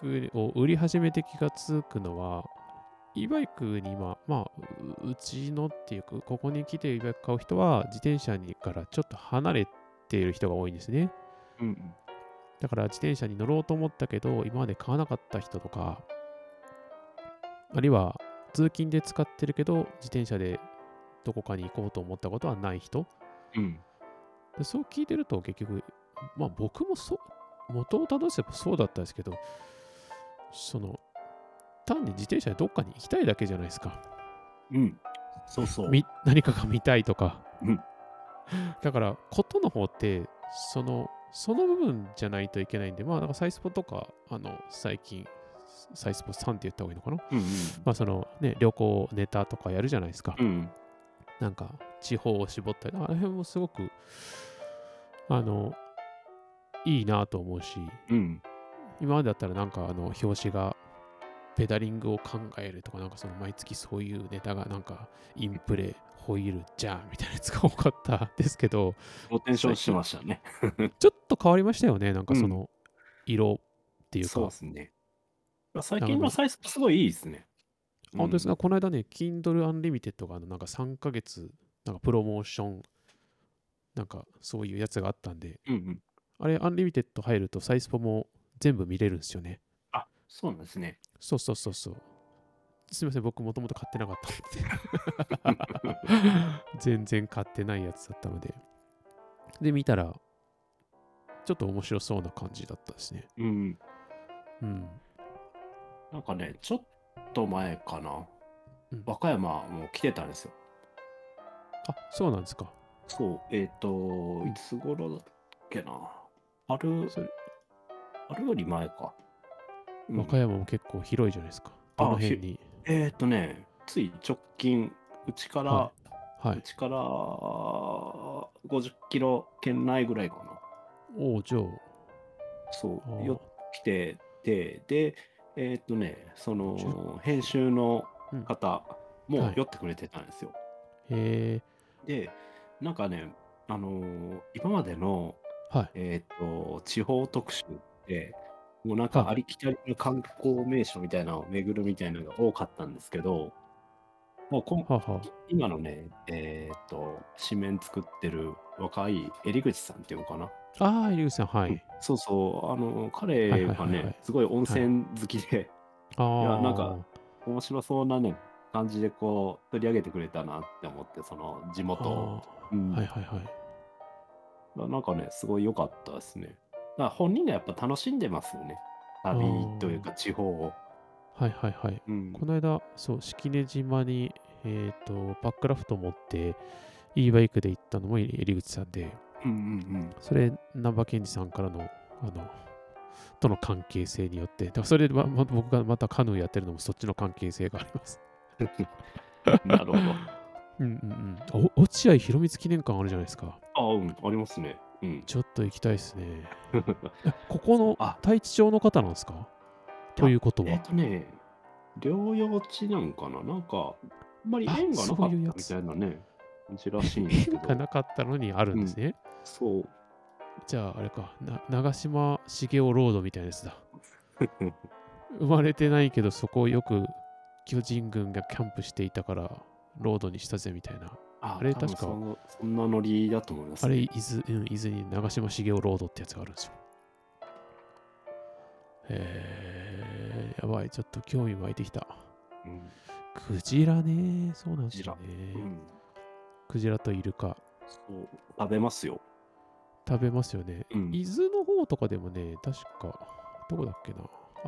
S1: クを売り始めて気がつくのは e バイクに今まあううちのっていうかここに来て e バイク買う人は自転車にからちょっと離れている人が多いんですね。
S2: うん。
S1: だから自転車に乗ろうと思ったけど、今まで買わなかった人とか、あるいは通勤で使ってるけど、自転車でどこかに行こうと思ったことはない人。
S2: うん。
S1: でそう聞いてると結局、まあ僕もそう、元をたどせばそうだったんですけど、その、単に自転車でどっかに行きたいだけじゃないですか。
S2: うん。そうそう。
S1: み何かが見たいとか、
S2: うん
S1: だからことの方ってそのその部分じゃないといけないんでまあなんかサイスポとかあの最近サイスポさんって言った方がいいのかな
S2: うん
S1: まあそのね旅行ネタとかやるじゃないですか、
S2: うん。うん。
S1: なんか地方を絞ったりあの辺もすごくあのいいなと思うし
S2: うん。
S1: 今までだったらなんかあの表紙がペダリングを考えるとか、なんかその毎月そういうネタがなんかインプレ、ホイール、じゃあみたいなやつが多かったですけど、
S2: ローテンションしてましたね。
S1: ちょっと変わりましたよね、なんかその色っていうか。
S2: そうですね。最近のサイズすごいいいですね。
S1: あ本当です
S2: か
S1: か、この間ね、Kindle Unlimited があのなんか3ヶ月、なんかプロモーション、なんかそういうやつがあったんで、
S2: うんうん。
S1: あれ、Unlimited 入るとサイスポも全部見れるんですよね。
S2: あ、そうなんですね。
S1: そうそうそうそう。すみません、僕もともと買ってなかったんで。 全然買ってないやつだったので。で、見たら、ちょっと面白そうな感じだったですね。
S2: うん。
S1: うん。
S2: なんかね、ちょっと前かな
S1: うん。
S2: 和歌山も来てたんですよ。
S1: あ、そうなんですか。
S2: そう、えっ、と、
S1: ん
S2: いつ頃だっけな。春
S1: それ、
S2: 春より前か。うん
S1: 和歌山も結構広いじゃないですか。
S2: あ
S1: どの辺に。
S2: えっ、とね、つい直近、うちから、
S1: はは
S2: う
S1: い。
S2: ちから50キロ圏内ぐらいかな。
S1: おお、じゃあ
S2: そ
S1: あー
S2: う、よ来てて、で、えっ、とね、そ
S1: ちょ
S2: の、編集の
S1: うん
S2: 方
S1: は
S2: も
S1: い
S2: 寄ってくれてたんですよ。
S1: へえ、
S2: で、なんかね、あのー今までの、
S1: はい。
S2: えっ、と、地方特集って、もうなんか
S1: はい
S2: ありきたりの観光名所みたいなのを巡るみたいなのが多かったんですけど、もうこん
S1: はあは
S2: 今のね、えっ、と、紙面作ってる若い襟口さんっていうのかな。
S1: あ。ああー、ゆうさん、はい。
S2: そうそう、あの、彼
S1: はいはい
S2: が
S1: はいはい
S2: ね、すごい温泉好きで、
S1: ああ。
S2: なんか、面白そうなね、感じでこう、取り上げてくれたなって思って、その地
S1: あ
S2: 元を。う
S1: ー
S2: ん
S1: はいはいはい。
S2: ななんかね、すごい良かったですね。だから本人がやっぱ楽しんでますよね。旅というか地方を。
S1: はいはいはい。
S2: うん。
S1: この間、そう、式根島に、えっ、と、バックラフト持って、e バイクで行ったのも入り口さんで、
S2: うんうん
S1: それ、難波健二さんからの、あの、との関係性によって、だからそれで、まま僕がまたカヌーやってるのもそっちの関係性があります。
S2: うん。なるほ ど。
S1: うんうんうん。お落合博満記念館あるじゃないですか。
S2: あ、うん、ありますね。うん。
S1: ちょっと行きたい ですね。えここの
S2: あ
S1: 太地町の方なんですかということ
S2: え
S1: は。
S2: っとね、療養地なんかななんか、あんまり縁がなか
S1: あそ
S2: った
S1: ういうや
S2: み
S1: つ
S2: たいなね、感じらしいんですけ
S1: 変化
S2: ど。
S1: なかったのにあるんですね。
S2: そう。
S1: じゃあ、あれか、な長島茂雄ロードみたいなやつだ。 生まれてないけど、そこをよく巨人軍がキャンプしていたから、ロードにしたぜみたいな。
S2: あ
S1: あれ
S2: 多分
S1: 確か
S2: そのそんなノリだと思います、
S1: あれ、伊豆、うん、伊豆に長島茂雄ロードってやつがあるんですよ。えー、やばい、ちょっと興味湧いてきた。
S2: うん。
S1: クジラね、そうなんですよね。
S2: うん。
S1: クジラとイルカ
S2: そう。食べますよ。
S1: 食べますよね。
S2: うん
S1: 伊豆の方とかでもね、確か、どこだっけな、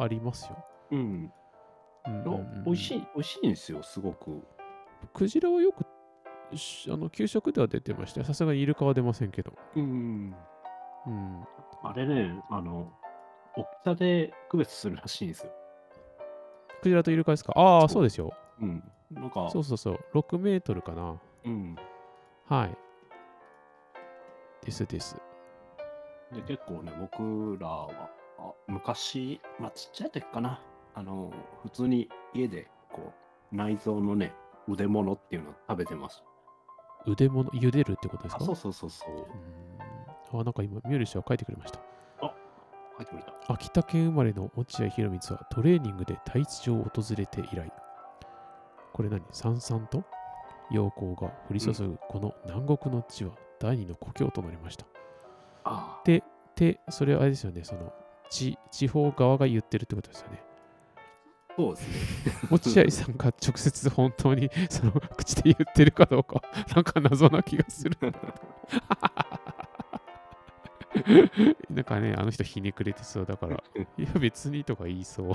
S1: ありますよ。
S2: うん。
S1: うんうんうんうん
S2: 美味しい、美味しいんですよ、すごく。
S1: クジラはよく、しあの給食では出てましたよさすがにイルカは出ませんけど。
S2: うん。
S1: うん。
S2: あれね、あの、大きさで区別するらしいんですよ。
S1: クジラとイルカですかああ、
S2: そう
S1: そうですよ。
S2: うん。なんか、
S1: そうそうそう。6メートルかな。
S2: うん。
S1: はい。ですです。
S2: で、結構ね、僕らは、あ昔、まあ、ちっちゃい時かな。あの、普通に家で、こう、内臓のね、腕物っていうのを食べてます。
S1: 腕物、茹でるってことです
S2: あ、
S1: か
S2: そうそうそうそう。
S1: うんあ、なんか今、ミュール氏は書いてくれました。
S2: 書いてみた。
S1: 秋田県生まれの落合博満はトレーニングで太地町を訪れて以来これ何さんさんと陽光が降り注ぐこの南国の地は第二の故郷となりました、
S2: あ
S1: ででそれはあれですよねその地地方側が言ってるってことですよね
S2: そうですね。
S1: 落合さんが直接本当にその口で言ってるかどうかなんか謎な気がするなんかねあの人ひねくれてそうだからいや、別にとか言いそう。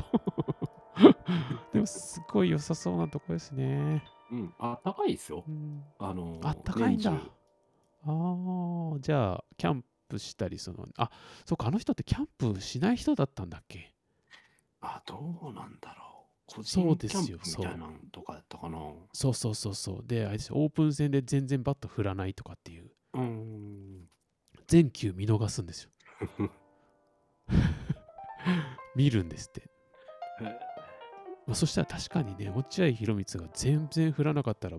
S1: でも、すごい良さそうなとこですね。
S2: うん。あったかいですよ
S1: う。ん、
S2: あの、
S1: あったかいんだ。
S2: 年
S1: ああー、じゃあ、キャンプしたり、その、あ、そうか、あの人ってキャンプしない人だったんだっけ
S2: あ、どうなんだろう。個
S1: そ
S2: 人
S1: う
S2: キ
S1: で
S2: ャン
S1: す
S2: プ
S1: よ
S2: みたいなのとかやったかな。
S1: そうそうそうそう。で、あれですよオープン戦で全然バット振らないとかっていう、
S2: うん。
S1: 全球見逃すんですよ。 見るんですって。
S2: え
S1: まあ、そしたら確かにね、落合博満が全然振らなかったら、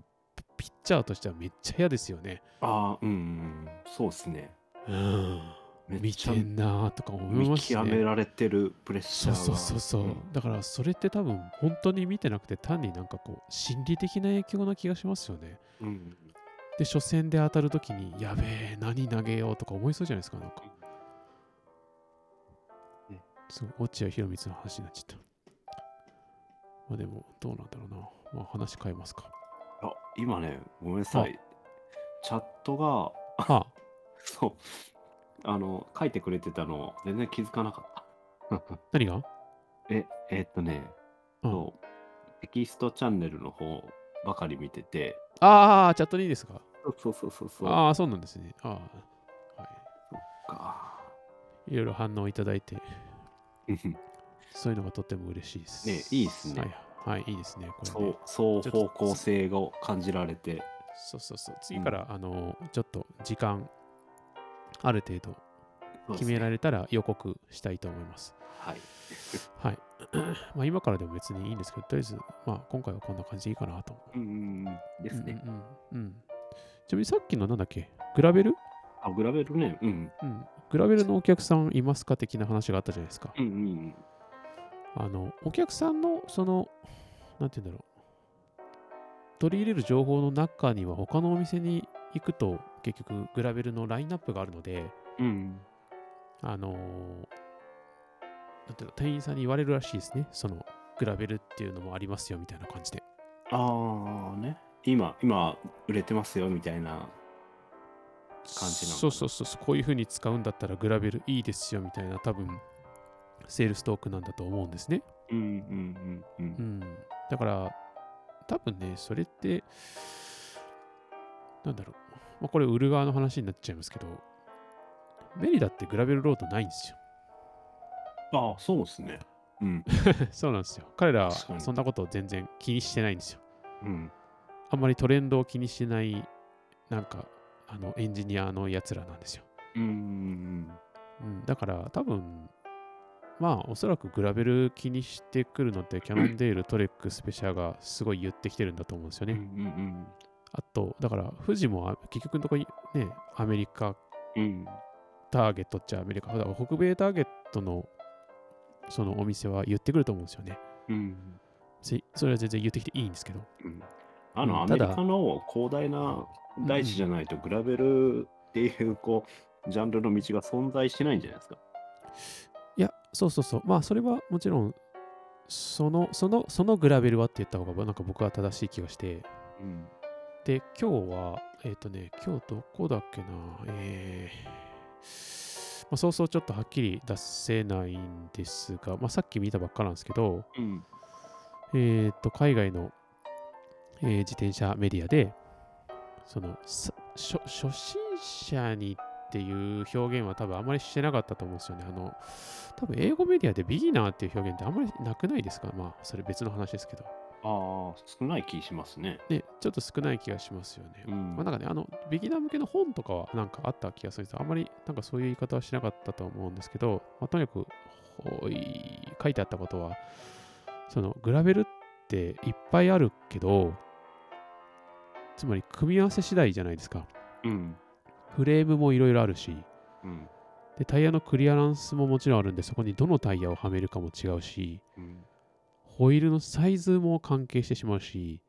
S1: ピッチャーとしてはめっちゃ嫌ですよね。
S2: ああ、うんうん、そうですね。
S1: うん。
S2: めっ
S1: 見
S2: ちゃ
S1: てんなーとか思いま
S2: 見
S1: す
S2: 極
S1: ね
S2: め。られてるプレッシ
S1: そ
S2: ャー
S1: う
S2: が。
S1: そうそうそう、
S2: ん
S1: だからそれって多分本当に見てなくて単になんかこう心理的な影響な気がしますよね
S2: うん
S1: で初戦で当たるときにやべえ何投げようとか思いそうじゃないですかなんか
S2: ね
S1: すごい落合博満の話になっちゃったまあでもどうなんだろうなまあ話変えますか
S2: あ今ね、ごめんなさい。チャットが、
S1: は
S2: そう、あの、書いてくれてたの、全然気づかなかった
S1: あ。何が
S2: え、えっとね、
S1: うん
S2: そうテキストチャンネルの方ばかり見てて、
S1: ああチャットにいいですか
S2: そうそうそうそう。
S1: ああそうなんですねああは
S2: か。
S1: いいろいろ反応いただいて
S2: うん
S1: そういうのがとっても嬉しいです
S2: ねいいっすね
S1: はい、はい、いいですねこれね
S2: そう、そう方向性を感じられて。
S1: そうそうそう。
S2: う
S1: 次
S2: ん
S1: から、あの、ちょっと時間、ある程度決めら
S2: れ
S1: れたら予告したいと思います。
S2: はい。
S1: はい。 まあ今からでも別にいいんですけど、とりあえず、まあ今回はこんな感じでいいかなと思
S2: うんうんうん。で
S1: う。
S2: すね。
S1: うんうん、うん。ちなみにさっきのなんだっけ、グラベル
S2: あ、グラベルね。うん。
S1: うん。グラベルのお客さんいますか的な話があったじゃないですか。
S2: うんうん
S1: あの、お客さんの、その、なんて言うんだろう。取り入れる情報の中には他のお店に行くと結局グラベルのラインナップがあるので、
S2: うん。うん。
S1: あのーなんていうの、店員さんに言われるらしいですね。その、グラベルっていうのもありますよ、みたいな感じで。
S2: ああね。今、今、売れてますよ、みたいな。感じなのかな
S1: そうそうそうそう、こういう風に使うんだったらグラベルいいですよ、みたいな、多分、セールストークなんだと思うんですね。
S2: うんうんうんうん
S1: う。ん。だから、多分ね、それって、なんだろう。まあ、これ、売る側の話になっちゃいますけど、メリダってグラベルロードないんですよ。
S2: ああ、そうですね。うん。
S1: そうなんですよ。彼らは
S2: 確かに
S1: そんなことを全然気にしてないんですよ。
S2: うん。
S1: あんまりトレンドを気にしない、なんか、あの、エンジニアのやつらなんですよ。
S2: うんうん
S1: うん、だから、多分まあ、おそらくグラベル気にしてくるのって、キャノンデール、トレック、スペシャーがすごい言ってきてるんだと思うんですよ
S2: うん。う
S1: ね。
S2: ん
S1: あと、だから、富士もあ結局のとこにね、アメリカ
S2: うんうん。
S1: ターゲットっちゃアメリカ、だから北米ターゲットのそのお店は言ってくると思うんですよね。
S2: うん。
S1: せそれは全然言ってきていいんですけど。
S2: うんあ
S1: うん
S2: の、ア
S1: た
S2: メ
S1: だ
S2: リカの広大な大地じゃないと、グラベルっていう、こう、ジャンルの道が存在してないんじゃないですか。
S1: いや、そうそうそう。まあ、それはもちろん、その、その、そのグラベルはって言った方が、なんか僕は正しい気がして。
S2: うん。
S1: で、今日は、えっ、とね、今日どこだっけな、えー、まあ、そうそうちょっとはっきり出せないんですが、まあ、さっき見たばっかなんですけど、
S2: うん。
S1: えっ、と、海外の、えー自転車メディアで、その、さ初初心者にっていう表現は多分あまりしてなかったと思うんですよね。あの、多分英語メディアでビギナーっていう表現ってあんまりなくないですかまあ、それ別の話ですけど。
S2: ああ、少ない気しますね。
S1: ね、ちょっと少ない気がしますよね。
S2: うん
S1: まあ、なんかね、あの、ビギナー向けの本とかはなんかあった気がするんですけどあんまりなんかそういう言い方はしなかったと思うんですけど、まあ、とにかく、ほい書いてあったことは、その、グラベルっていっぱいあるけど、つまり組み合わせ次第じゃないですか。
S2: うん。
S1: フレームもいろいろあるし、
S2: うん。
S1: で、タイヤのクリアランスももちろんあるんで、そこにどのタイヤをはめるかも違うし、
S2: うん。
S1: ホイールのサイズも関係してしまうし、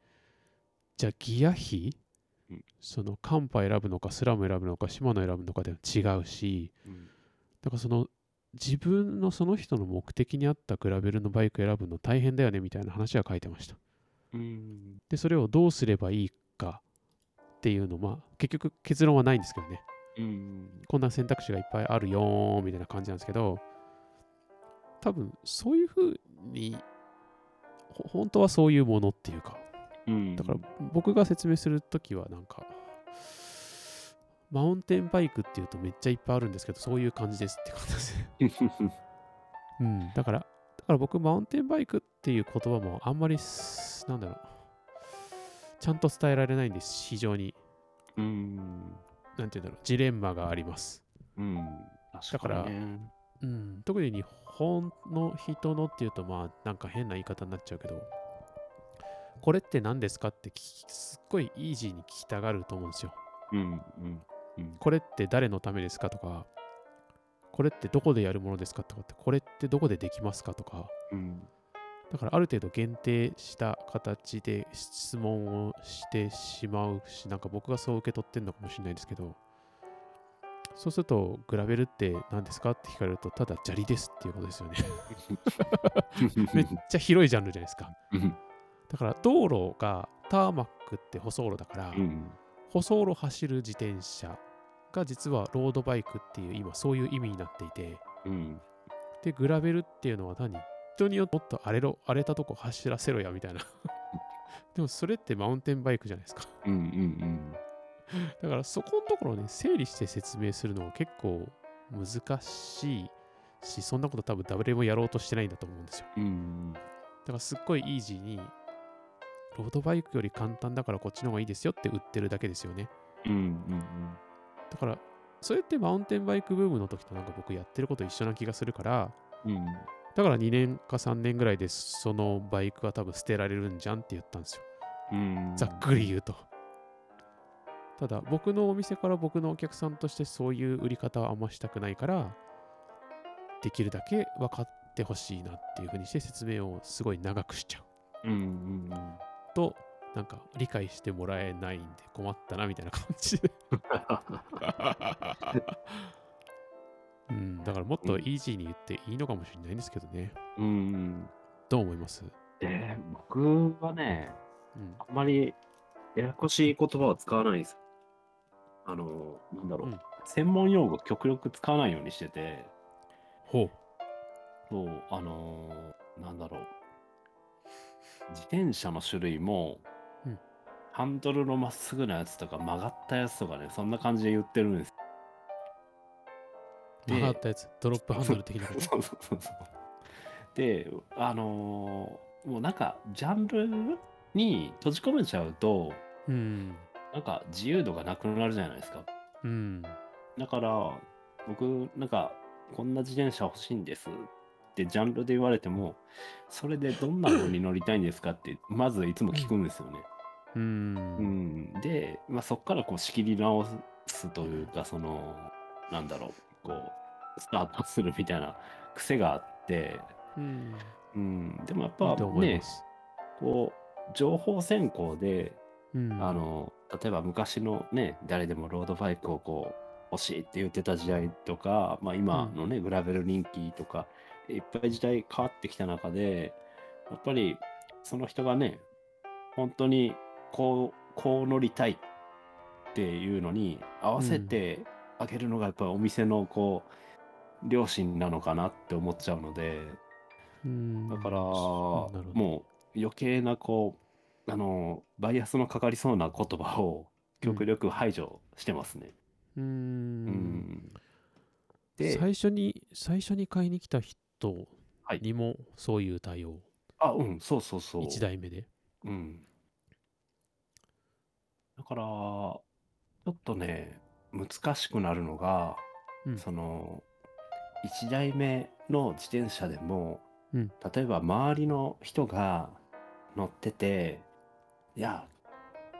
S1: じゃあギア比、
S2: うん
S1: そのカンパ選ぶのか、スラム選ぶのか、シマノ選ぶのかでも違うし、
S2: うん
S1: だからその自分のその人の目的に合ったグラベルのバイク選ぶの大変だよねみたいな話は書いてました。
S2: うん。
S1: で、それをどうすればいいかっていうの、まあ結局結論はないんですけどね。
S2: うん。
S1: こんな選択肢がいっぱいあるよーみたいな感じなんですけど、多分そういうふうに、ほ本当はそういうものっていうか、
S2: うん。
S1: だ から僕が説明するときはなんか、マウンテンバイクっていうとめっちゃいっぱいあるんですけど、そういう感じですって感じですね。うん、だから、だから僕、マウンテンバイクっていう言葉もあんまりす、なんだろう、ちゃんと伝えられないんです。非常に、
S2: うん。
S1: なんていうんだろう、ジレンマがあります。
S2: うん。確かにね。
S1: うん、特に日本の人のっていうと、まあ、なんか変な言い方になっちゃうけど、これって何ですかって聞きすっごいイージーに聞きたがると思うんですよ。
S2: うんうんうん
S1: これって誰のためですかとか、これってどこでやるものですかとかって、これってどこでできますかとか、
S2: うん
S1: だからある程度限定した形で質問をしてしまうし、なんか僕がそう受け取ってんのかもしれないですけど、そうすると、グラベルって何ですかって聞かれると、ただ砂利ですっていうことですよね。めっちゃ広いジャンルじゃないですか。
S2: うん
S1: だから道路がターマックって舗装路だから、
S2: うん
S1: 舗装路走る自転車が実はロードバイクっていう今そういう意味になっていて、
S2: うん
S1: で、グラベルっていうのは何人によってもっと荒れろ、荒れたとこ走らせろやみたいな。 でもそれってマウンテンバイクじゃないですか。
S2: うんうん
S1: だからそこのところをね、整理して説明するのは結構難しいし、そんなこと多分誰もやろうとしてないんだと思うんですよ。
S2: うん
S1: だからすっごいイージーに、ロードバイクより簡単だからこっちの方がいいですよって売ってるだけですよね。
S2: うんうん
S1: だから、それってマウンテンバイクブームの時となんか僕やってること一緒な気がするから、
S2: うん
S1: だから2年か3年ぐらいでそのバイクは多分捨てられるんじゃんって言ったんですよ。
S2: うん
S1: ざっくり言うと。ただ、僕のお店から僕のお客さんとしてそういう売り方はあんましたくないから、できるだけ分かってほしいなっていうふうにして説明をすごい長くしちゃう。
S2: うんうんうん
S1: となんか理解してもらえないんで困ったなみたいな感じで、うん、だからもっとイージーに言っていいのかもしれないんですけどね
S2: うんうん
S1: どう思います、
S2: えー僕はね
S1: うん、
S2: あんまりややこしい言葉は使わないですあのなんだろう、
S1: うん
S2: 専門用語極力使わないようにしてて
S1: ほう
S2: そう、あのーなんだろう。自転車の種類も、
S1: うん
S2: ハンドルのまっすぐなやつとか曲がったやつとかね、そんな感じで言ってるんです。で
S1: 曲がったやつドロップハンドル的なこと
S2: そうそうそうそう。で、あのーもうなんか、ジャンルに閉じ込めちゃうと、
S1: うん
S2: なんか自由度がなくなるじゃないですか。
S1: うん
S2: だから、僕、なんか、こんな自転車欲しいんですってジャンルで言われても、それでどんなのに乗りたいんですかって、まずいつも聞くんですよね。
S1: う
S2: うんん、で、まあ、そこからこう仕切り直すというか、その、なんだろう、こう、スタートするみたいな癖があって、
S1: うん
S2: うん、でもやっ
S1: い
S2: ぱ
S1: いと思い
S2: ね
S1: ま、す、
S2: こう、情報選考で、
S1: うん、
S2: あの例えば昔のね誰でもロードバイクをこう欲しいって言ってた時代とか、まあ、今のね、グラベル人気とかいっぱい時代変わってきた中でやっぱりその人がね本当にこうこう乗りたいっていうのに合わせてあげるのがやっぱりお店のこう両親なのかなって思っちゃうので。
S1: うん
S2: だから、
S1: そうなるほど
S2: もう余計なこうあのバイアスのかかりそうな言葉を極力排除してますね。
S1: う
S2: うんんで、
S1: 最初に最初に買いに来た人
S2: はい
S1: にもそういう対応、
S2: あうんそうそうそう。
S1: 一1台目で
S2: うん。だからちょっとね難しくなるのが、
S1: うん
S2: その1台目の自転車でも、
S1: うん
S2: 例えば周りの人が乗ってていや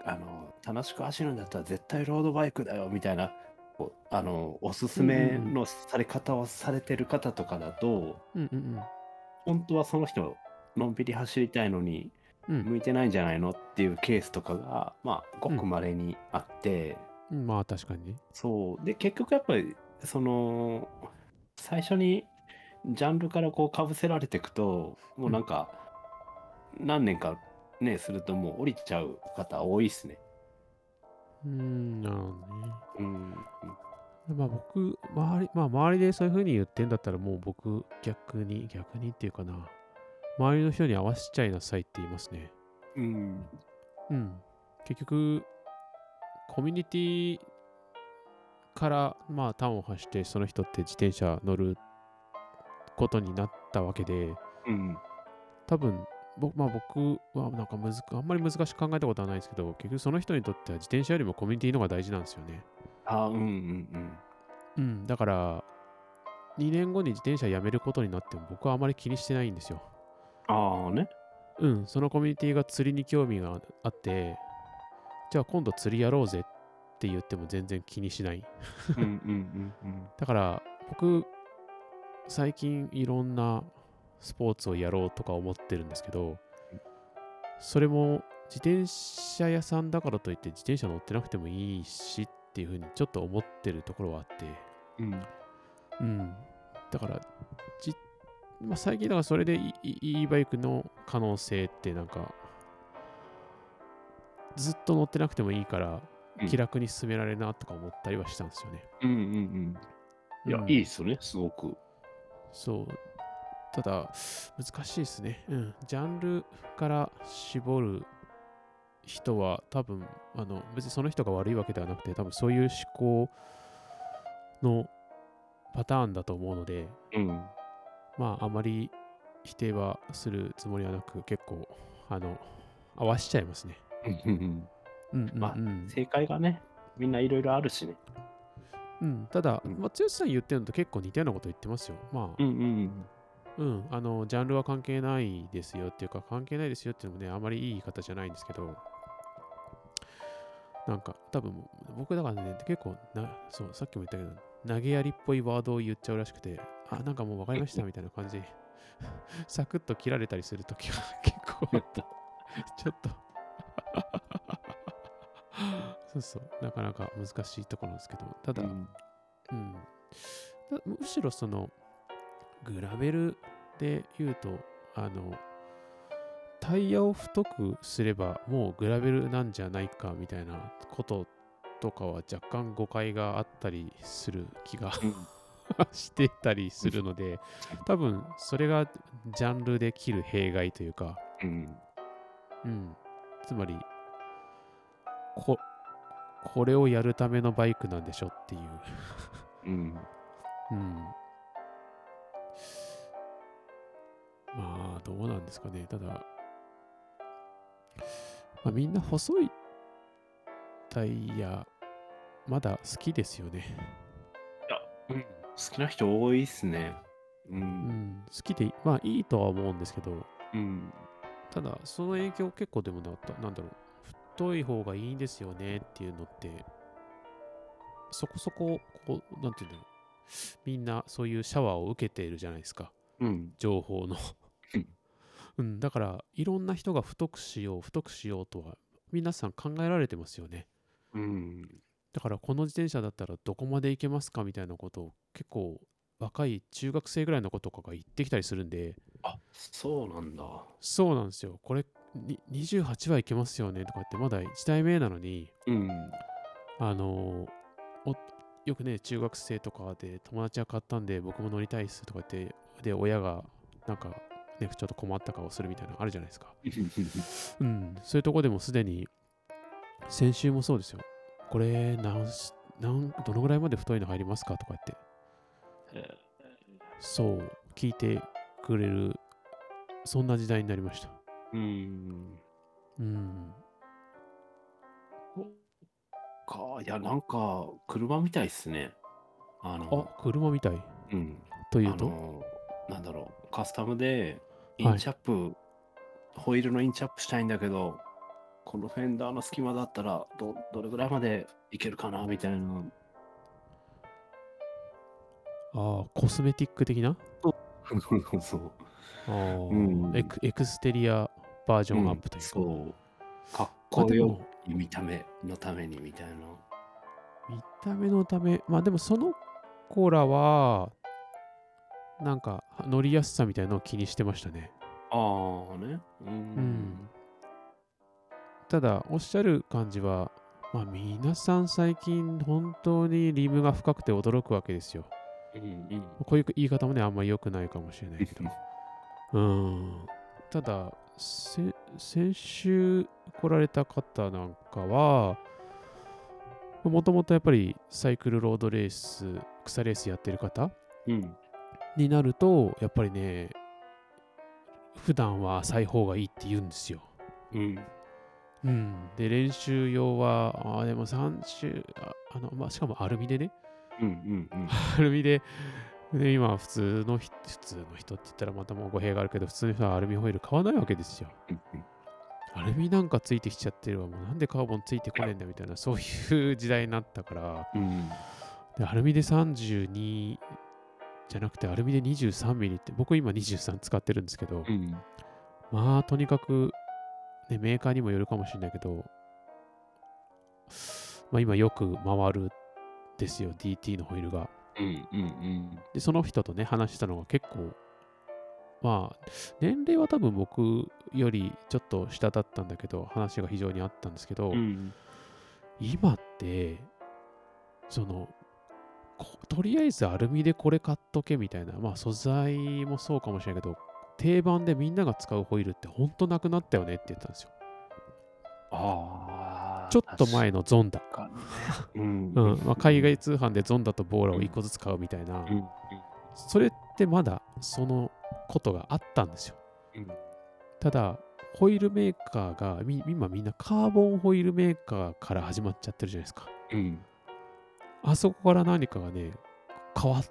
S2: あの楽しく走るんだったら絶対ロードバイクだよみたいなこうあのおすすめのされ方をされてる方とかだと、
S1: うんうん
S2: 本当はその人のんびり走りたいのに
S1: うんうん
S2: 向いてないんじゃないのっていうケースとかがまあごくまれにあって。
S1: うんまあ確かにね。
S2: そう。で、結局やっぱり、その、最初にジャンルからこうかぶせられていくと、もうなんか、何年かね、するともう降りちゃう方多いっすね。
S1: うーん、なるほどね。
S2: うん。
S1: まあ僕、周り、まあ周りでそういう風に言ってんだったらもう僕、逆に、逆にっていうかな。周りの人に合わせちゃいなさいって言いますね。
S2: うん。
S1: うん。結局、コミュニティから、まあ、端を発して、その人って自転車乗ることになったわけで、
S2: うん。
S1: 多分僕,、まあ、僕はなんかむずあんまり難しく考えたことはないですけど結局その人にとっては自転車よりもコミュニティの方が大事なんですよね、
S2: あうんうん
S1: うん、だから2年後に自転車辞めることになっても僕はあまり気にしてないんですよ。
S2: ああね。
S1: うん、そのコミュニティが釣りに興味があって、じゃあ今度釣りやろうぜって言っても全然気にしない。
S2: うんうんうんうん。
S1: だから僕、最近いろんなスポーツをやろうとか思ってるんですけど、それも自転車屋さんだからといって自転車乗ってなくてもいいしっていうふうにちょっと思ってるところはあって、
S2: うん、
S1: うん。だから、じまあ、最近だからそれで E- E- e バイクの可能性ってなんか、ずっと乗ってなくてもいいから
S2: う、ん
S1: 気楽に進められるなとか思ったりはしたんですよね。
S2: うんうんうん。いや、
S1: うん
S2: いいですよね、すごく。
S1: そう。ただ、難しいですね。うん。ジャンルから絞る人は、多分あの、別にその人が悪いわけではなくて、多分そういう思考のパターンだと思うので、
S2: うん。
S1: まあ、あまり否定はするつもりはなく、結構、あの、合わしちゃいますね。
S2: うんうん
S1: うんうん、うん
S2: まあ正解がね、みんないろいろあるしね。
S1: うんただ、
S2: うん
S1: まあ、剛さん言ってるのと結構似たようなこと言ってますよ。まあ、
S2: んうん
S1: うん、あの、ジャンルは関係ないですよっていうか、関係ないですよっていうのもね、あまりいい言い方じゃないんですけど、なんか、多分僕だからね、結構な、そう、さっきも言ったけど、投げやりっぽいワードを言っちゃうらしくて、あ、なんかもう分かりましたみたいな感じ で、サクッと切られたりするときが結構あった。ちょっと。そうそう、なかなか難しいところなんですけど、ただ、
S2: うん。
S1: うん、だむしろそのグラベルで言うとあのタイヤを太くすればもうグラベルなんじゃないかみたいなこととかは若干誤解があったりする気が してたりするので多分それがジャンルで切る弊害というか、
S2: うん。
S1: うん、つまりここれをやるためのバイクなんでしょっていう
S2: うん。
S1: うん。まあ、どうなんですかね。ただ、まあ、みんな細いタイヤ、まだ好きですよね。
S2: うん好きな人多いっすね。う。
S1: うんん。好きで、まあいいとは思うんですけど、
S2: うん。
S1: ただ、その影響結構でもなかった。なんだろう。太い方がいいんですよねっていうのって、そこそこ、こう、なんていうんだろう。みんなそういうシャワーを受けているじゃないですか。
S2: うん。
S1: 情報の
S2: うん。
S1: うん、だから、いろんな人が太くしよう、太くしようとは、皆さん考えられてますよね。
S2: うん。
S1: だから、この自転車だったらどこまで行けますかみたいなことを、結構、若い中学生ぐらいの子とかが言ってきたりするんで、
S2: あ、そうなんだ。
S1: そうなんですよ。これ、に28はいけますよねとかって、まだ1代目なのに、
S2: うん。
S1: あのーおよくね、中学生とかで友達が買ったんで、僕も乗りたいっすとか言って、で、親が、なんか、ね、ちょっと困った顔するみたいなのあるじゃないですか。うん、そういうとこでもすでに、先週もそうですよ。これ何し、なんどのぐらいまで太いの入りますかとか言って、そう、聞いてくれる、そんな時代になりました。
S2: うん。
S1: うん。
S2: か、いや、なんか、車みたいっすね。あ
S1: あ
S2: の、、
S1: 車みたい。
S2: うん。
S1: とい
S2: あ
S1: うと、
S2: の、なんだろう、カスタムで、イ
S1: はい
S2: ンチアップ、ホイールのインチアップしたいんだけど、このフェンダーの隙間だったら、ど、どれぐらいまでいけるかな、みたい な。
S1: ああ、コスメティック的な
S2: そう。
S1: あー
S2: うん
S1: エクエクステリアバージョンアップというか。
S2: そう。か
S1: ま
S2: っ
S1: あ
S2: こ
S1: で
S2: よ
S1: も
S2: い見た目のためにみたいな。
S1: 見た目のため、まあでもその子らは、なんか乗りやすさみたいなのを気にしてましたね。
S2: ああね。う
S1: うんん。ただおっしゃる感じは、まあ、皆さん最近本当にリムが深くて驚くわけですよ。
S2: うんうん。
S1: こういう言い方もねあんまり良くないかもしれないけど。うん。ただせ先週来られた方なんかはもともとやっぱりサイクルロードレース草レースやってる方
S2: うん。
S1: になるとやっぱりね普段は浅い方がいいって言うんですよ。
S2: うん。
S1: うん、で練習用はあーでも3週ああの、まあ、しかもアルミでね
S2: うんうんうん。
S1: アルミでで、今、普通の人、普通の人って言ったらまたもう語弊があるけど、普通の人はアルミホイル買わないわけですよ。
S2: うんうん
S1: アルミなんかついてきちゃってるわ、もうなんでカーボンついてこねえんだみたいな、そういう時代になったから、
S2: うん
S1: でアルミで32じゃなくて、アルミで23ミリって、僕今23使ってるんですけど、
S2: うん
S1: まあ、とにかく、ね、メーカーにもよるかもしれないけど、まあ今よく回るですよ、DT のホイールが。
S2: うんうん
S1: で、その人とね、話したのが結構、まあ、年齢は多分僕よりちょっと下だったんだけど、話が非常にあったんですけど、
S2: うん
S1: 今って、その、ことりあえずアルミでこれ買っとけみたいな、まあ素材もそうかもしれないけど、定番でみんなが使うホイールってほんとなくなったよねって言ったんですよ。
S2: ああ
S1: ちょっと前のゾンダ。
S2: 確かにねうん
S1: うんまあ、海外通販でゾンダとボーラを1個ずつ買うみたいな、
S2: うん
S1: それってまだそのことがあったんですよ。
S2: うん
S1: ただ、ホイールメーカーが、み今みんなカーボンホイールメーカーから始まっちゃってるじゃないですか。
S2: うん
S1: あそこから何かがね、変わっ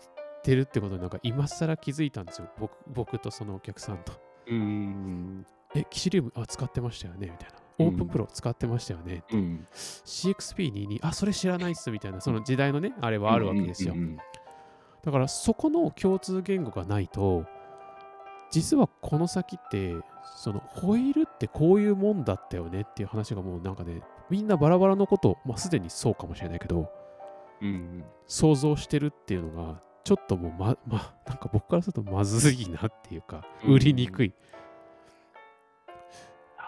S1: てるってことになんか今更気づいたんですよ。僕僕とそのお客さんと。
S2: うん
S1: え、キシリウム、あ、使ってましたよねみたいな。オープンプロ使ってましたよね。
S2: うん
S1: CXP22、あ、それ知らないっすみたいな、その時代のね、あれはあるわけですよ
S2: う。ん
S1: だからそこの共通言語がないと実はこの先ってそのホイールってこういうもんだったよねっていう話がもうなんかねみんなバラバラのことを、まあ、すでにそうかもしれないけど
S2: うんうん
S1: 想像してるっていうのがちょっともうままなんか僕からするとまずいなっていうか
S2: うん
S1: 売りにくい、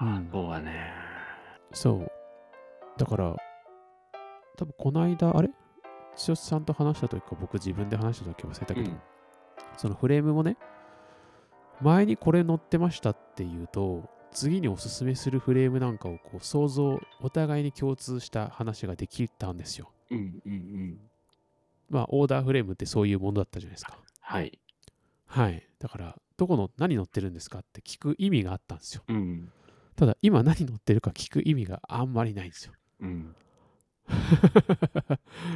S1: うん
S2: そうだね
S1: そうだから多分この間あれ剛さんと話した時か僕自分で話した時忘れたけど、
S2: うん
S1: そのフレームもね、前にこれ乗ってましたっていうと、次におすすめするフレームなんかをこう想像、お互いに共通した話ができたんですよ。
S2: うんうんうん
S1: まあ、オーダーフレームってそういうものだったじゃないですか。
S2: はい
S1: はい。だから、どこの何乗ってるんですかって聞く意味があったんですよ。
S2: うん
S1: ただ、今何乗ってるか聞く意味があんまりないんですよ。
S2: うん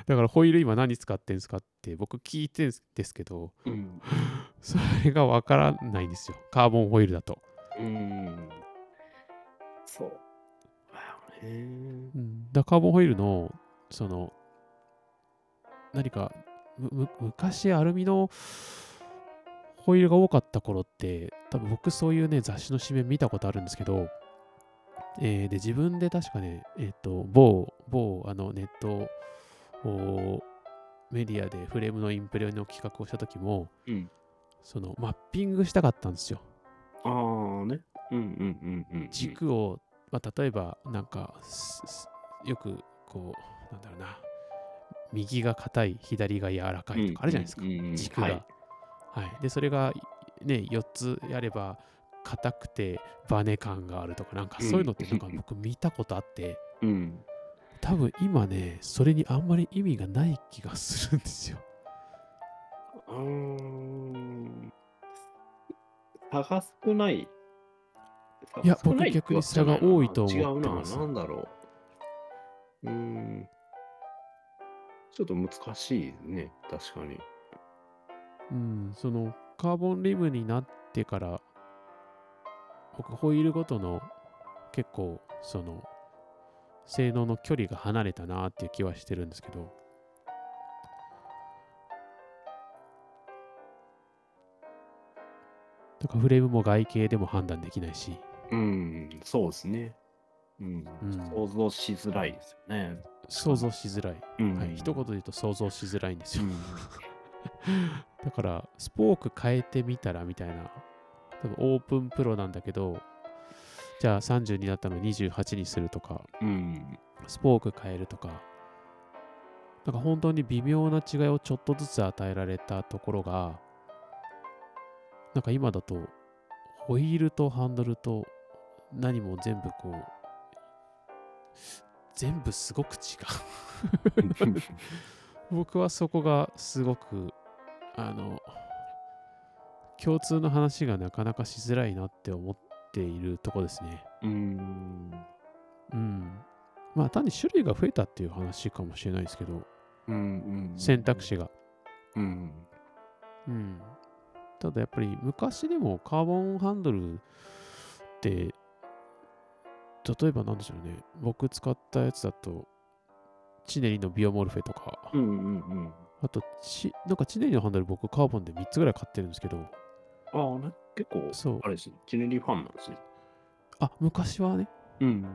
S1: だから、ホイール今何使ってんですかって僕聞いてんですけど、
S2: うん
S1: それがわからないんですよ。カーボンホイールだと。
S2: うんそうだよね
S1: うん、だカーボンホイールのその何かむむ昔アルミのホイールが多かった頃って多分僕そういうね雑誌の紙面見たことあるんですけど、えーで自分で確かねえっ、と某某あのネットおーメディアでフレームのインプレの企画をした時も、
S2: うん
S1: そのマッピングしたかったんですよ
S2: ああねうんうんうんうん
S1: 軸を、まあ、例えばなんかすすよくこうなんだろうな右が硬い左が柔らかいとかあるじゃないですか、
S2: うんうんうん
S1: 軸が、
S2: は
S1: はいいでそれが、ね、4つやれば硬くてバネ感があるとかなんか
S2: うん
S1: そういうのってなんか僕見たことあって
S2: うん
S1: 多分今ねそれにあんまり意味がない気がするんですよ
S2: うーん差が少ない。
S1: いや
S2: 差少な
S1: 僕逆に
S2: ってわけじゃ
S1: 差が多いと
S2: ないな
S1: 思ってます
S2: 違うな、なんだろう。うーん。ちょっと難しいね、確かに。
S1: うん、そのカーボンリムになってから僕ホイールごとの結構その性能の距離が離れたなっていう気はしてるんですけどだからフレームも外形でも判断できないし
S2: うん、そうですね。うん。
S1: うん
S2: 想像しづらいですよね。
S1: 想像しづらい、
S2: うん。
S1: はい、一言で言うと想像しづらいんですよ
S2: うん。
S1: だから、スポーク変えてみたらみたいな。多分オープンプロなんだけど、じゃあ32だったのを28にするとか、
S2: うん。
S1: スポーク変えるとか、なんか本当に微妙な違いをちょっとずつ与えられたところが、なんか今だと、ホイールとハンドルと何も全部こう、全部すごく違う。僕はそこがすごくあの共通の話がなかなかしづらいなって思っているとこですね。
S2: うん。
S1: うん。まあ単に種類が増えたっていう話かもしれないですけど、
S2: うん。うん
S1: 選択。肢が。
S2: うん。
S1: うん、ただやっぱり昔でもカーボンハンドルって例えばなんでしょうね僕使ったやつだとチネリのビオモルフェとか、
S2: うんうんうん。
S1: あとちなんかチネリのハンドル僕カーボンで3つぐらい買ってるんですけど
S2: ああ、な結構、
S1: そう
S2: あれですね。ジェネリーファンなんですね。
S1: あ昔はね
S2: うん。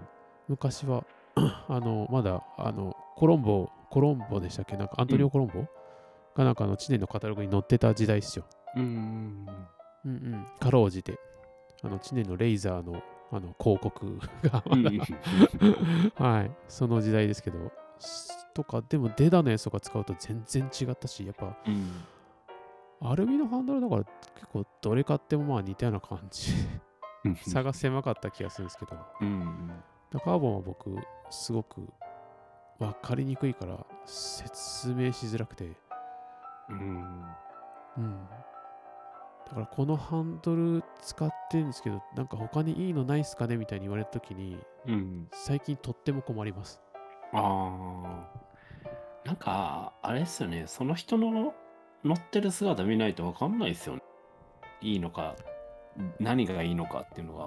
S1: 昔は あのまだあのコロンボコロンボでしたっけなんかアントニオ・コロンボ、がなんかあの知念のカタログに載ってた時代っすよ。
S2: うん。
S1: うんうん、かろうじてあの知念のレイザーのあの広告 が、
S2: うんうん
S1: はいその時代ですけどすとかでもデダのやつとか使うと全然違ったしやっぱ
S2: うん
S1: アルミのハンドルだから結構どれ買ってもまあ似たような感 じ
S2: うん
S1: 差が狭かった気がするんですけど。
S2: うん
S1: だからカーボンは僕、すごく分かりにくいから、説明しづらくて、
S2: うん
S1: うん。だからこのハンドル使ってるんですけど、なんか他にいいのないっすかねみたいに言われたときに、
S2: うん
S1: 最近とっても困ります。
S2: ああなんかあれですよねその人の乗ってる姿見ないとわかんないですよねいいのか何がいいのかっていうのが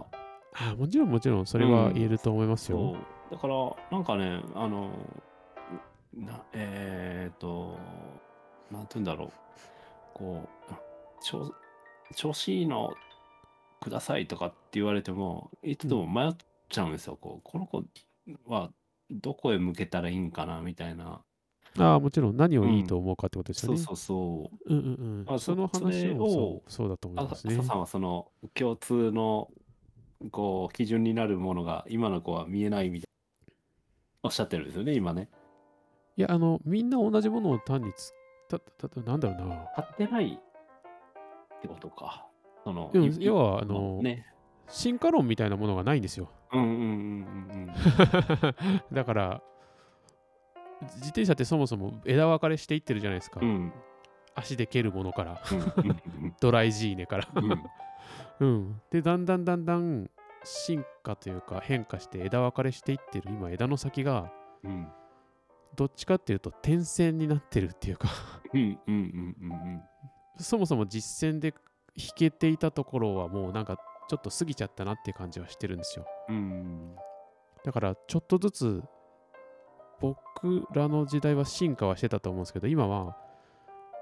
S1: ああ、もちろんもちろん、それは言えると思います
S2: そ
S1: よ。
S2: うだからなんかねあのなえっ、となんて言うんだろうこう調調子いいのくださいとかって言われてもいつでも迷っちゃうんですよ、こうこの子はどこへ向けたらいいんかなみたいな、
S1: ああ、もちろん、何をいいと思うかってことですよ
S2: そう
S1: ね。
S2: そうそう
S1: うんうんうん。
S2: あ
S1: そ
S2: そ
S1: の話
S2: それ
S1: も
S2: を
S1: そうそうだと思い
S2: あ
S1: ます
S2: あ
S1: ね
S2: さ。さんはその共通のこう基準になるものが今の子は見えないみたいなおっしゃってるんですよね今ね
S1: いや、あの、みんな同じものを単につ、た、た、た、なんだろうな。
S2: 買ってないってことか。その
S1: うん
S2: い
S1: 要はあの
S2: ね。
S1: 進化論みたいなものがないんですよ。
S2: うんうんうん
S1: だから自転車ってそもそも枝分かれしていってるじゃないですか、
S2: うんうん。うん
S1: 足で蹴るものから
S2: うん
S1: ドライジーネから
S2: うんうん
S1: うんでだんだんだんだん進化というか変化して枝分かれしていってる今枝の先が
S2: うん
S1: どっちかっていうと点線になってるっていうか
S2: うんうんうんうん
S1: そもそも実線で引けていたところはもうなんかちょっと過ぎちゃったなっていう感じはしてるんですよ
S2: うんうん
S1: だからちょっとずつ僕らの時代は進化はしてたと思うんですけど今は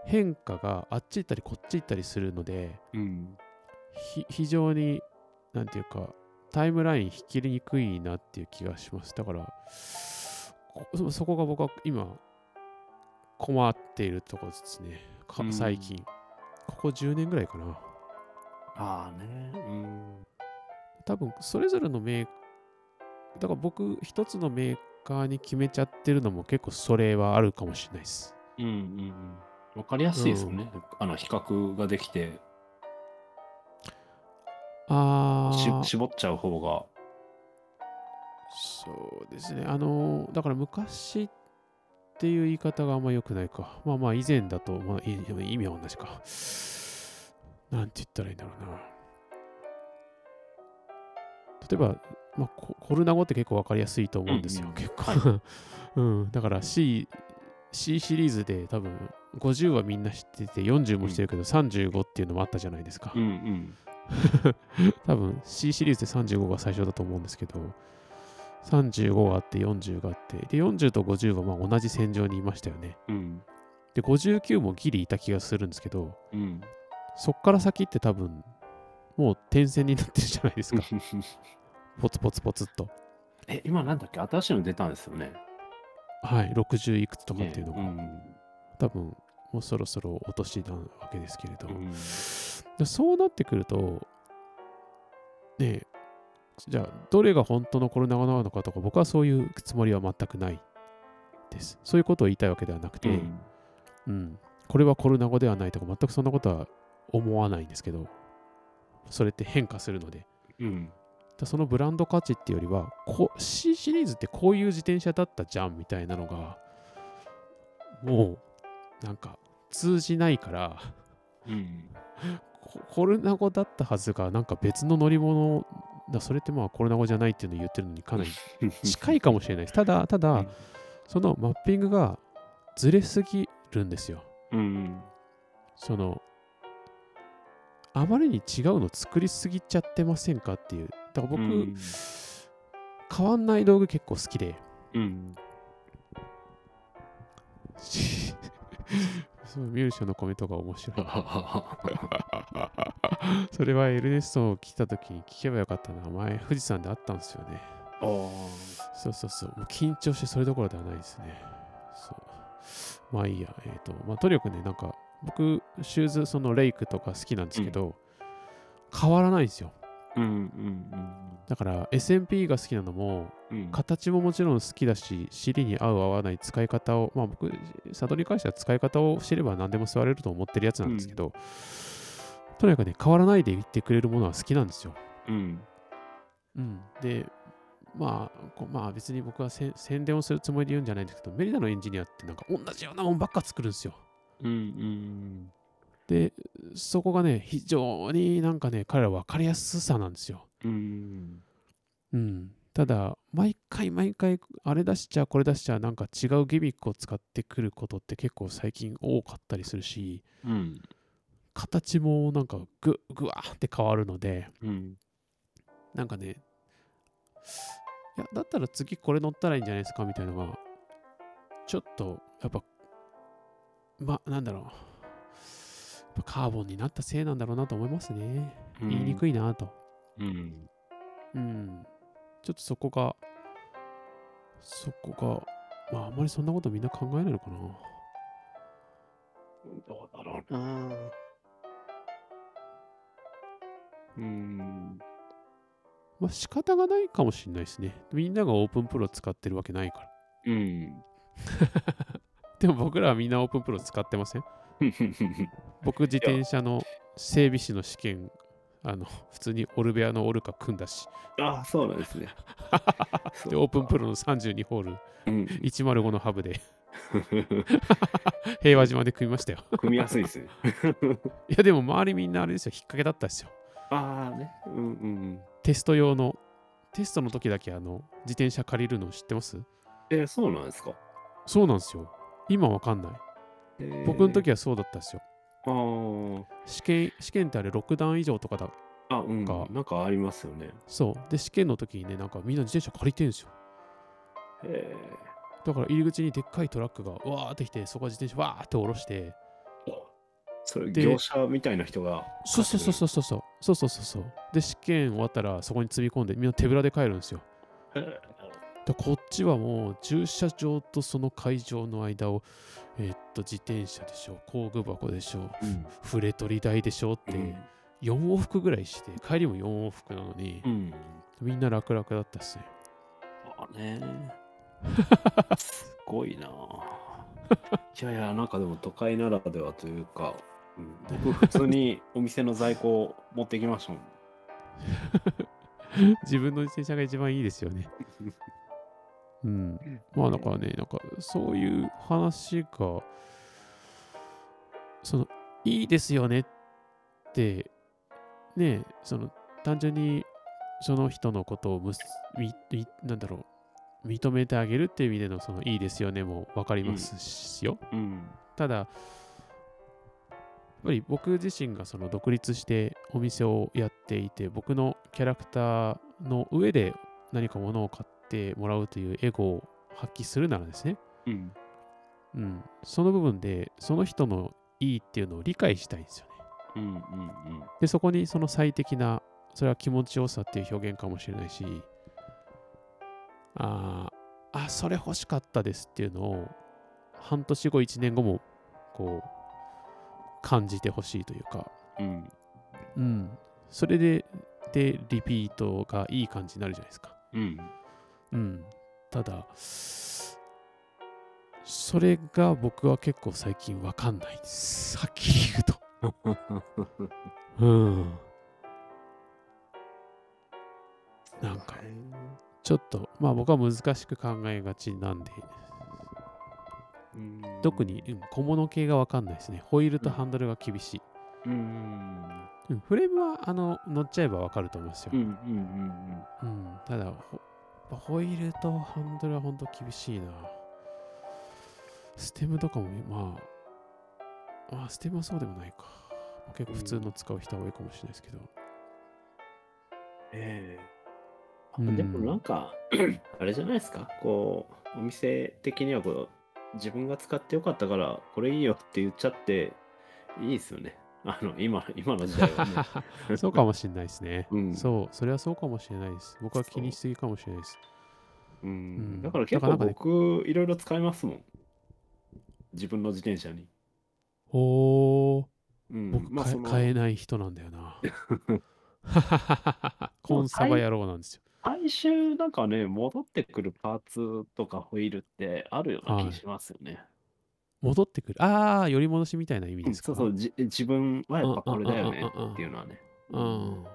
S1: 変化があっち行ったりこっち行ったりするので
S2: うん
S1: ひ非常に何ていうかタイムライン引き切りにくいなっていう気がしますだからこそそこが僕は今困っているところですねか
S2: うん
S1: 最近ここ10年ぐらいかな
S2: ああね。うん
S1: 多分それぞれのメーカーだから僕一つのメーカーに決めちゃってるのも結構それはあるかもしれないです
S2: うんうんうん。わかりやすいですよね。あの比較ができて
S1: あ
S2: し
S1: あ
S2: 絞っちゃう方が。
S1: そうですねあのーだから昔っていう言い方があんま良くないかまあまあ以前だと、まあ、いでも意味は同じかなんて言ったらいいんだろうな例えば、まあ、ココルナ語って結構わかりやすいと思うんですよ、
S2: うんうん
S1: 結構、 うん、だから C, C シリーズで多分50はみんな知ってて40もしてるけど35っていうのもあったじゃないですか、
S2: うんうん。
S1: 多分 C シリーズで35が最初だと思うんですけど、35があって40があって、で、40と50はまあ同じ線上にいましたよね。
S2: うん
S1: で、59もギリいた気がするんですけど、
S2: うん。
S1: そっから先って多分、もう点線になってるじゃないですか。ポツポツポツっと。
S2: え、今なんだっけ新しいの出たんですよね。
S1: はい、60いくつとかっ
S2: ね
S1: ていうのが、
S2: うん
S1: 多分、もうそろそろお年なわけですけれど。
S2: うん
S1: でそうなってくると、ねえ、じゃあ、どれが本当のコロナ禍なのかとか、僕はそういうつもりは全くないです。そういうことを言いたいわけではなくて、うんこれはコロナ禍ではないとか、全くそんなことは思わないんですけど、それって変化するので、
S2: うん
S1: だそのブランド価値っていうよりはこ C シリーズってこういう自転車だったじゃんみたいなのが、もう、なんか、通じないから、
S2: うん。
S1: ココロナ後だったはずが、なんか別の乗り物だ、それってまあコロナ後じゃないっていうのを言ってるのにかなり近いかもしれないです。ただ、ただ、
S2: うん
S1: そのマッピングがずれすぎるんですよ。
S2: うん。
S1: そのあまりに違うの作りすぎちゃってませんかっていう。だから僕、
S2: うん
S1: 変わんない道具結構好きで。
S2: うん。
S1: し そうミューショのコメントが面白い。 それはエルネストを来た時に聞けばよかったな。前、富士山で会ったんですよね。
S2: あー
S1: そうそうそう。もう緊張してそれどころではないですね。そう。まあいいや。えっ、と、まあとにかくね、なんか、僕、シューズ、そのレイクとか好きなんですけど、変わらないんですよ。
S2: うんうん
S1: だから SMP が好きなのも、
S2: うんうん。
S1: 形ももちろん好きだし、尻に合う合わない使い方を、まあ僕、悟りに関しては使い方を知れば何でも座れると思ってるやつなんですけど、とにかくね、変わらないで言ってくれるものは好きなんですよ。
S2: うん
S1: で、まあ、こうまあ別に僕はせん宣伝をするつもりで言うんじゃないんですけど、メリダのエンジニアってなんか同じようなもんばっか作るんですよ。
S2: うんうん
S1: で、そこがね、非常になんかね、彼ら分かりやすさなんですよ。
S2: うん
S1: うん、ただ毎回毎回あれ出しちゃこれ出しちゃなんか違うギミックを使ってくることって結構最近多かったりするし
S2: うん
S1: 形もなんかググワーって変わるので
S2: うん
S1: なんかねいやだったら次これ乗ったらいいんじゃないですかみたいなのがちょっとやっぱまなんだろうやっぱカーボンになったせいなんだろうなと思いますね言いにく
S2: い。
S1: いなと
S2: うん
S1: うん。ちょっとそこが、そこが、まあ、あまりそんなことみんな考えないのかな。
S2: どうだろうな。うん。
S1: まあ、仕方がないかもしれないですね。みんながオープンプロ使ってるわけないから。
S2: うん。
S1: でも僕らはみんなオープンプロ使ってません僕、自転車の整備士の試験、あの、普通にオルベアのオルカ組んだし、
S2: ああ、そうなんですね。
S1: で、オープンプロの32ホール、
S2: ロ。うん。
S1: 105のハブで、平和島で組みましたよ。
S2: 組みやすいですね。
S1: いや、でも周りみんなあれですよ、引っ掛けだったですよ。
S2: ああね。うんうん。
S1: テスト用の、テストの時だけあの、自転車借りるの知ってます
S2: えー、そうなんですか。
S1: そうなんですよ。今わかんない。
S2: えー
S1: 僕の時はそうだったんですよ。
S2: あー
S1: 試験、試験ってあれ6段以上とかだ。
S2: あ、うん。
S1: か
S2: なんかありますよね。
S1: そう。で、試験の時にね、なんかみんな自転車借りてんですよ。
S2: え
S1: だから入り口にでっかいトラックがわーってきて、そこは自転車わーって下ろして、
S2: ー、それ
S1: で
S2: 業者みたいな人が。
S1: そうそうそうそうそうそう、そうそうそうそう。で、試験終わったらそこに積み込んで、みんな手ぶらで帰るんですよ。
S2: えー
S1: でこっちはもう駐車場とその会場の間を、えーっと、自転車でしょ、工具箱でしょ、
S2: うん
S1: 触れ取り台でしょって、
S2: うん
S1: 4往復ぐらいして、帰りも4往復なのに、
S2: うん。
S1: みんな楽々だったっすね。
S2: あ ね。すごいなあ。いやいや、なんかでも都会ならではというか、うん、僕普通 にお店の在庫を持ってきましたもん。
S1: 自分の自転車が一番いいですよね。うん。まあだからね、なんかそういう話が、その、いいですよねって、ねえ、その、単純にその人のことをむすみみなんだろう、認めてあげるっていう意味での、その、いいですよねも分かりますしよ。
S2: うん。
S1: ただ、やっぱり僕自身がその独立してお店をやっていて、僕のキャラクターの上で何か物を買ってもらうというエゴを発揮するならですね、
S2: うん。
S1: うん、その部分でその人のいいっていうのを理解したいんですよね。
S2: うん。うん。
S1: で、そこにその最適な、それは気持ちよさっていう表現かもしれないし、あーあ、それ欲しかったですっていうのを、半年後、1年後も、こう、感じてほしいというか、
S2: うん。
S1: うん。それで、で、リピートがいい感じになるじゃないですか。
S2: うん。
S1: うん。ただ、それが僕は結構最近わかんないです。はっきり言うと。うん。なんかちょっと、まあ僕は難しく考えがちなんで、
S2: うん、
S1: 特に、うん小物系がわかんないですね。ホイールとハンドルが厳しい。
S2: うん。
S1: うんフレームは、あの、乗っちゃえばわかると思いますよ
S2: うん。。うん。
S1: うん、ただホ、ホイールとハンドルは本当厳しいな。ステムとかもね、まあ、あ、ステムはそうでもないか。結構普通の使う人が多いかもしれないですけど。
S2: ええ
S1: うん
S2: でもなんか、 あれじゃないですか、こう、お店的にはこう、自分が使ってよかったから、これいいよって言っちゃって、いいですよね。あの、今、今の時代はね。
S1: そうかもしれないですね。
S2: うん
S1: そう、それはそうかもしれないです。僕は気にしすぎかもしれないです。
S2: うん
S1: ん
S2: だから
S1: な
S2: 結構
S1: かなかね
S2: 僕、いろいろ使いますもん。自分の自転車に。
S1: ほー、
S2: うん、
S1: 僕、
S2: まあ
S1: か
S2: その
S1: 買えない人なんだよ な。コンサバ野郎なんですよ。
S2: 回収なんかね、戻ってくるパーツとかホイールってあるような気しますよね。
S1: 戻ってくる。ああ、寄り戻しみたいな意味
S2: う
S1: で
S2: ん
S1: すか。
S2: そうそう、じ自分はやっぱこれだよ
S1: うん
S2: ね
S1: うんうんうんうん
S2: っていうのはね。
S1: うん。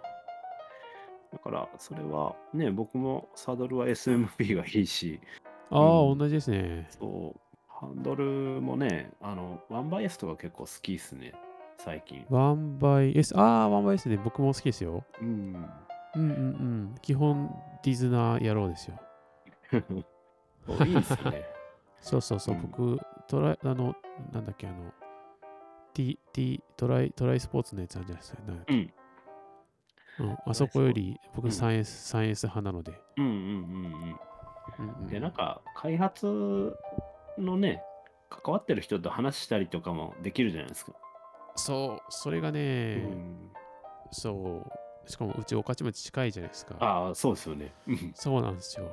S2: だから、それはね、僕もサドルは SMP がいいし、
S1: ああ、
S2: うん
S1: 同じですね。
S2: そう、ハンドルもね、あの、ワンバイエスとか結構好きっすね、最近。
S1: ワンバイ S。ああ、ワンバイ S ね。僕も好きですよ。
S2: うん。
S1: うんうんうん。基本、ディズナー野郎ですよ。
S2: そういいっすよ ね。
S1: そうそうそう、
S2: うん
S1: 僕、トライ、あの、なんだっけ、あの、T、T、トライ、トライスポーツのやつあるじゃないですか。なんだっけ
S2: うん
S1: うん、あそこより、
S2: う
S1: 僕、
S2: ん
S1: サイエンス、サイエンス派なので。
S2: うんうんうんうん。
S1: うんうん
S2: でなんか開発のね関わってる人と話したりとかもできるじゃないですか。
S1: そう、それが
S2: う
S1: ね、
S2: ん、
S1: そう、しかも、うち、御徒町近いじゃないですか。
S2: ああそうですよね。 うん
S1: そうなんですよ。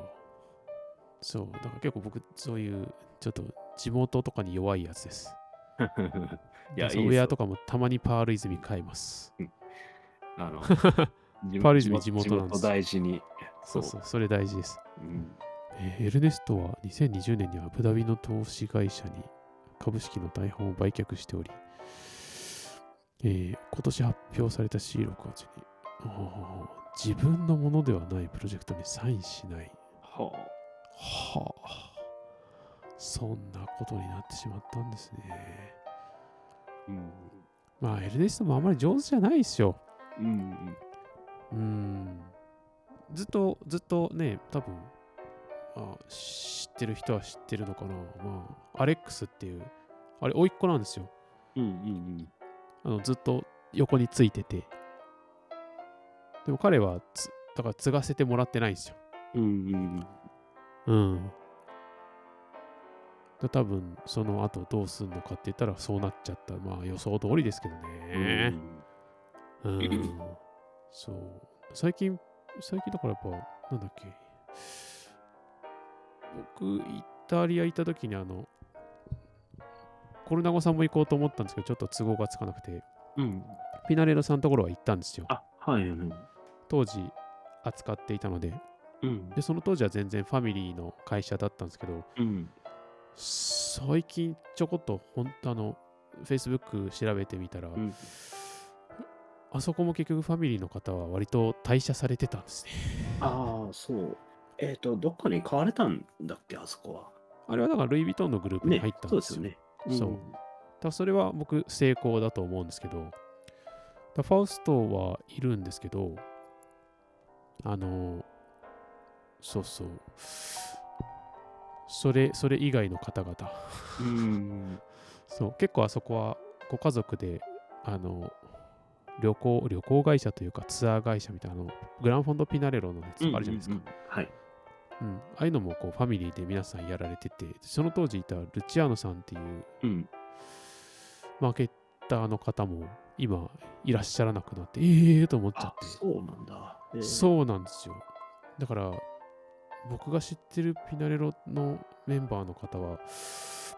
S1: そう、だから結構僕、そういう、ちょっと、地元とかに弱いやつです。
S2: いや
S1: だ
S2: い
S1: からそう
S2: い
S1: ウェ
S2: ですよ
S1: アとかもたまにパール泉買います。
S2: あの地
S1: パリ地元なんですよ
S2: 地元大事に。
S1: そうそう、それ大事です。
S2: うん
S1: えーエルネストは2020年にアブダビの投資会社に株式の大半を売却しており、えー今年発表された C68 にあー自分のものではないプロジェクトにサインしない。
S2: は
S1: はあ、そんなことになってしまったんですね。
S2: あうん
S1: まあ、エルネストもあまり上手じゃないですよ。
S2: うん
S1: うん。ずっと、ずっとね、多分あ知ってる人は知ってるのかな。まあ、アレックスっていう、あれ、甥っ子なんですよ。
S2: うんうん
S1: あのずっと横についてて。でも彼はつ、だから継がせてもらってないんですよ。
S2: うんうんうん
S1: うん。で多分その後どうすんのかって言ったらそうなっちゃった。まあ予想通りですけどね。うん、そう。最近、最近だからやっぱ、なんだっけ。僕、イタリア行った時にあの、コルナゴさんも行こうと思ったんですけど、ちょっと都合がつかなくて、
S2: うんうん
S1: ピナレロさんのところは行ったんですよ。
S2: あはいはいはい
S1: 当時扱っていたので。
S2: うん
S1: で、その当時は全然ファミリーの会社だったんですけど、
S2: うん
S1: 最近ちょこっと、ほんとあの、Facebook 調べてみたら、
S2: うん
S1: あそこも結局ファミリーの方は割と退社されてたんですね。
S2: ああそうえっ、とどっかに買われたんだっけあそこは
S1: あれはだからルイ・ヴィトンのグループに
S2: ね
S1: 入ったん
S2: そう
S1: で
S2: ですす
S1: よ。
S2: よね
S1: そうんだからそれは僕成功だと思うんですけど、だからファウストはいるんですけど、あの、そうそう。それ、それ以外の方々。
S2: うん
S1: そう、結構あそこはご家族で、あの、旅行、旅行会社というかツアー会社みたいな、あの、グランフォンド・ピナレロのやつとかあるじゃないですか。
S2: うんうんうんはい。
S1: うん、ああいうのもこうファミリーで皆さんやられてて、その当時いたルチアーノさんっていう
S2: うん。
S1: マーケッターの方も今いらっしゃらなくなって、ええーと思っちゃ
S2: あ
S1: っ、
S2: そうなんだ。え
S1: て。
S2: ー
S1: そうなんですよ。だから、僕が知ってるピナレロのメンバーの方は、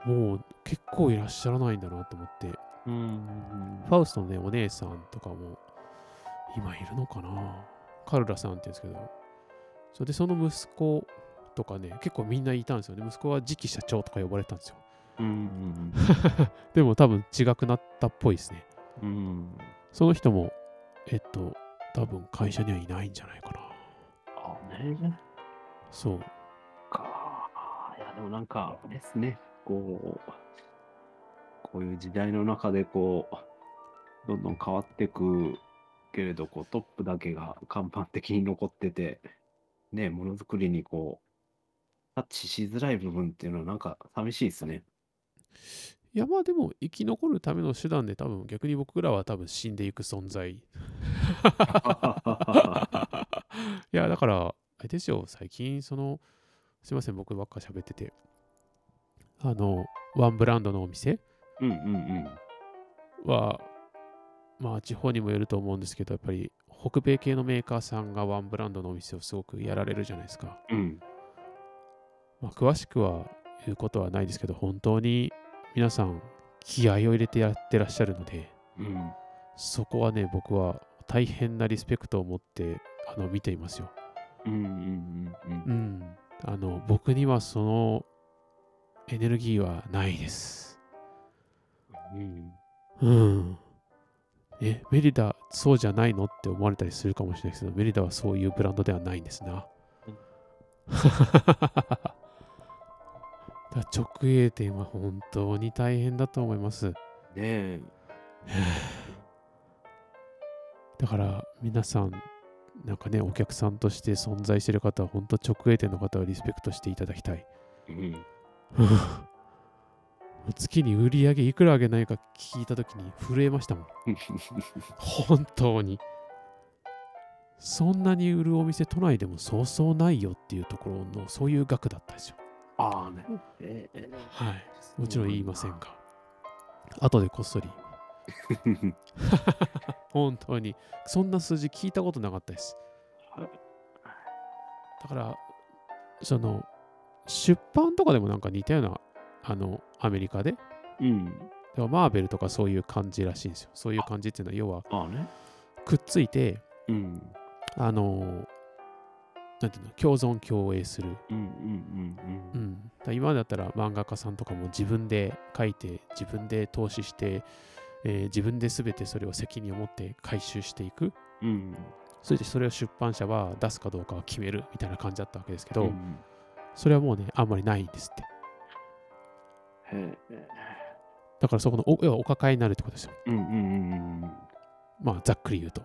S1: もう結構いらっしゃらないんだなと思って、
S2: う。ん。
S1: ファウストのね、お姉さんとかも、今いるのかなカルラさんって言うんですけど、それでその息子とかね、結構みんないたんですよね。息子は次期社長とか呼ばれたんですよ。
S2: うん。
S1: でも多分違くなったっぽいですね。
S2: うん。
S1: その人も、えっと、多分会社にはいないんじゃないかな。
S2: あね。
S1: そう。
S2: か。いや、でもなんか、ですね。こう、こういう時代の中で、こう、どんどん変わってくけれど、こう、トップだけが看板的に残ってて、ね、ものづくりにこう、タッチしづらい部分っていうのは、なんか寂しいですね。
S1: いやまあでも生き残るための手段で多分逆に僕らは多分死んでいく存在。いやだからあれですよ最近そのすいません僕ばっか喋っててあのワンブランドのお店
S2: うんうん
S1: はまあ地方にもよると思うんですけどやっぱり北米系のメーカーさんがワンブランドのお店をすごくやられるじゃないですか。
S2: うん。うん。
S1: まあ、詳しくは言うことはないですけど、本当に皆さん気合を入れてやってらっしゃるので、
S2: うん。
S1: そこはね、僕は大変なリスペクトを持ってあの見ていますよ。
S2: うんうんうんうん。
S1: うん。あの、僕にはそのエネルギーはないです。
S2: うん
S1: うん。え、メリダそうじゃないのって思われたりするかもしれないですけど、メリダはそういうブランドではないんですな。だから直営店は本当に大変だと思います。
S2: ねえ。
S1: だから皆さん、なんかね、お客さんとして存在している方は、本当直営店の方はリスペクトしていただきたい。
S2: うん。
S1: 月に売り上げいくら上げないか聞いたときに震えましたもん。本当に。そんなに売るお店、都内でもそうそうないよっていうところの、そういう額だったでしょ。
S2: ああね。ええ
S1: はい。もちろん言いませんが。後でこっそり。 本当に。そんな数字聞いたことなかったです
S2: はい。
S1: だから、その、出版とかでもなんか似たような、あの、アメリカで、だ
S2: うん。
S1: からマーベルとかそういう感じらしいんですよ。そういう感じっていうのは、要は、
S2: ああね。
S1: くっついて、
S2: うん。
S1: あの、なんていうの、共存共栄する。
S2: うんうんうん
S1: う
S2: うん。
S1: ん、だから今までだったら漫画家さんとかも自分で書いて自分で投資して、えー自分で全てそれを責任を持って回収していく
S2: うん。
S1: それでそれを出版社は出すかどうかを決めるみたいな感じだったわけですけど、
S2: うん
S1: それはもうねあんまりないんですって
S2: へえ
S1: だからそこのお要はお抱えになるってことですよ
S2: うんうんうんうん。
S1: まあざっくり言うと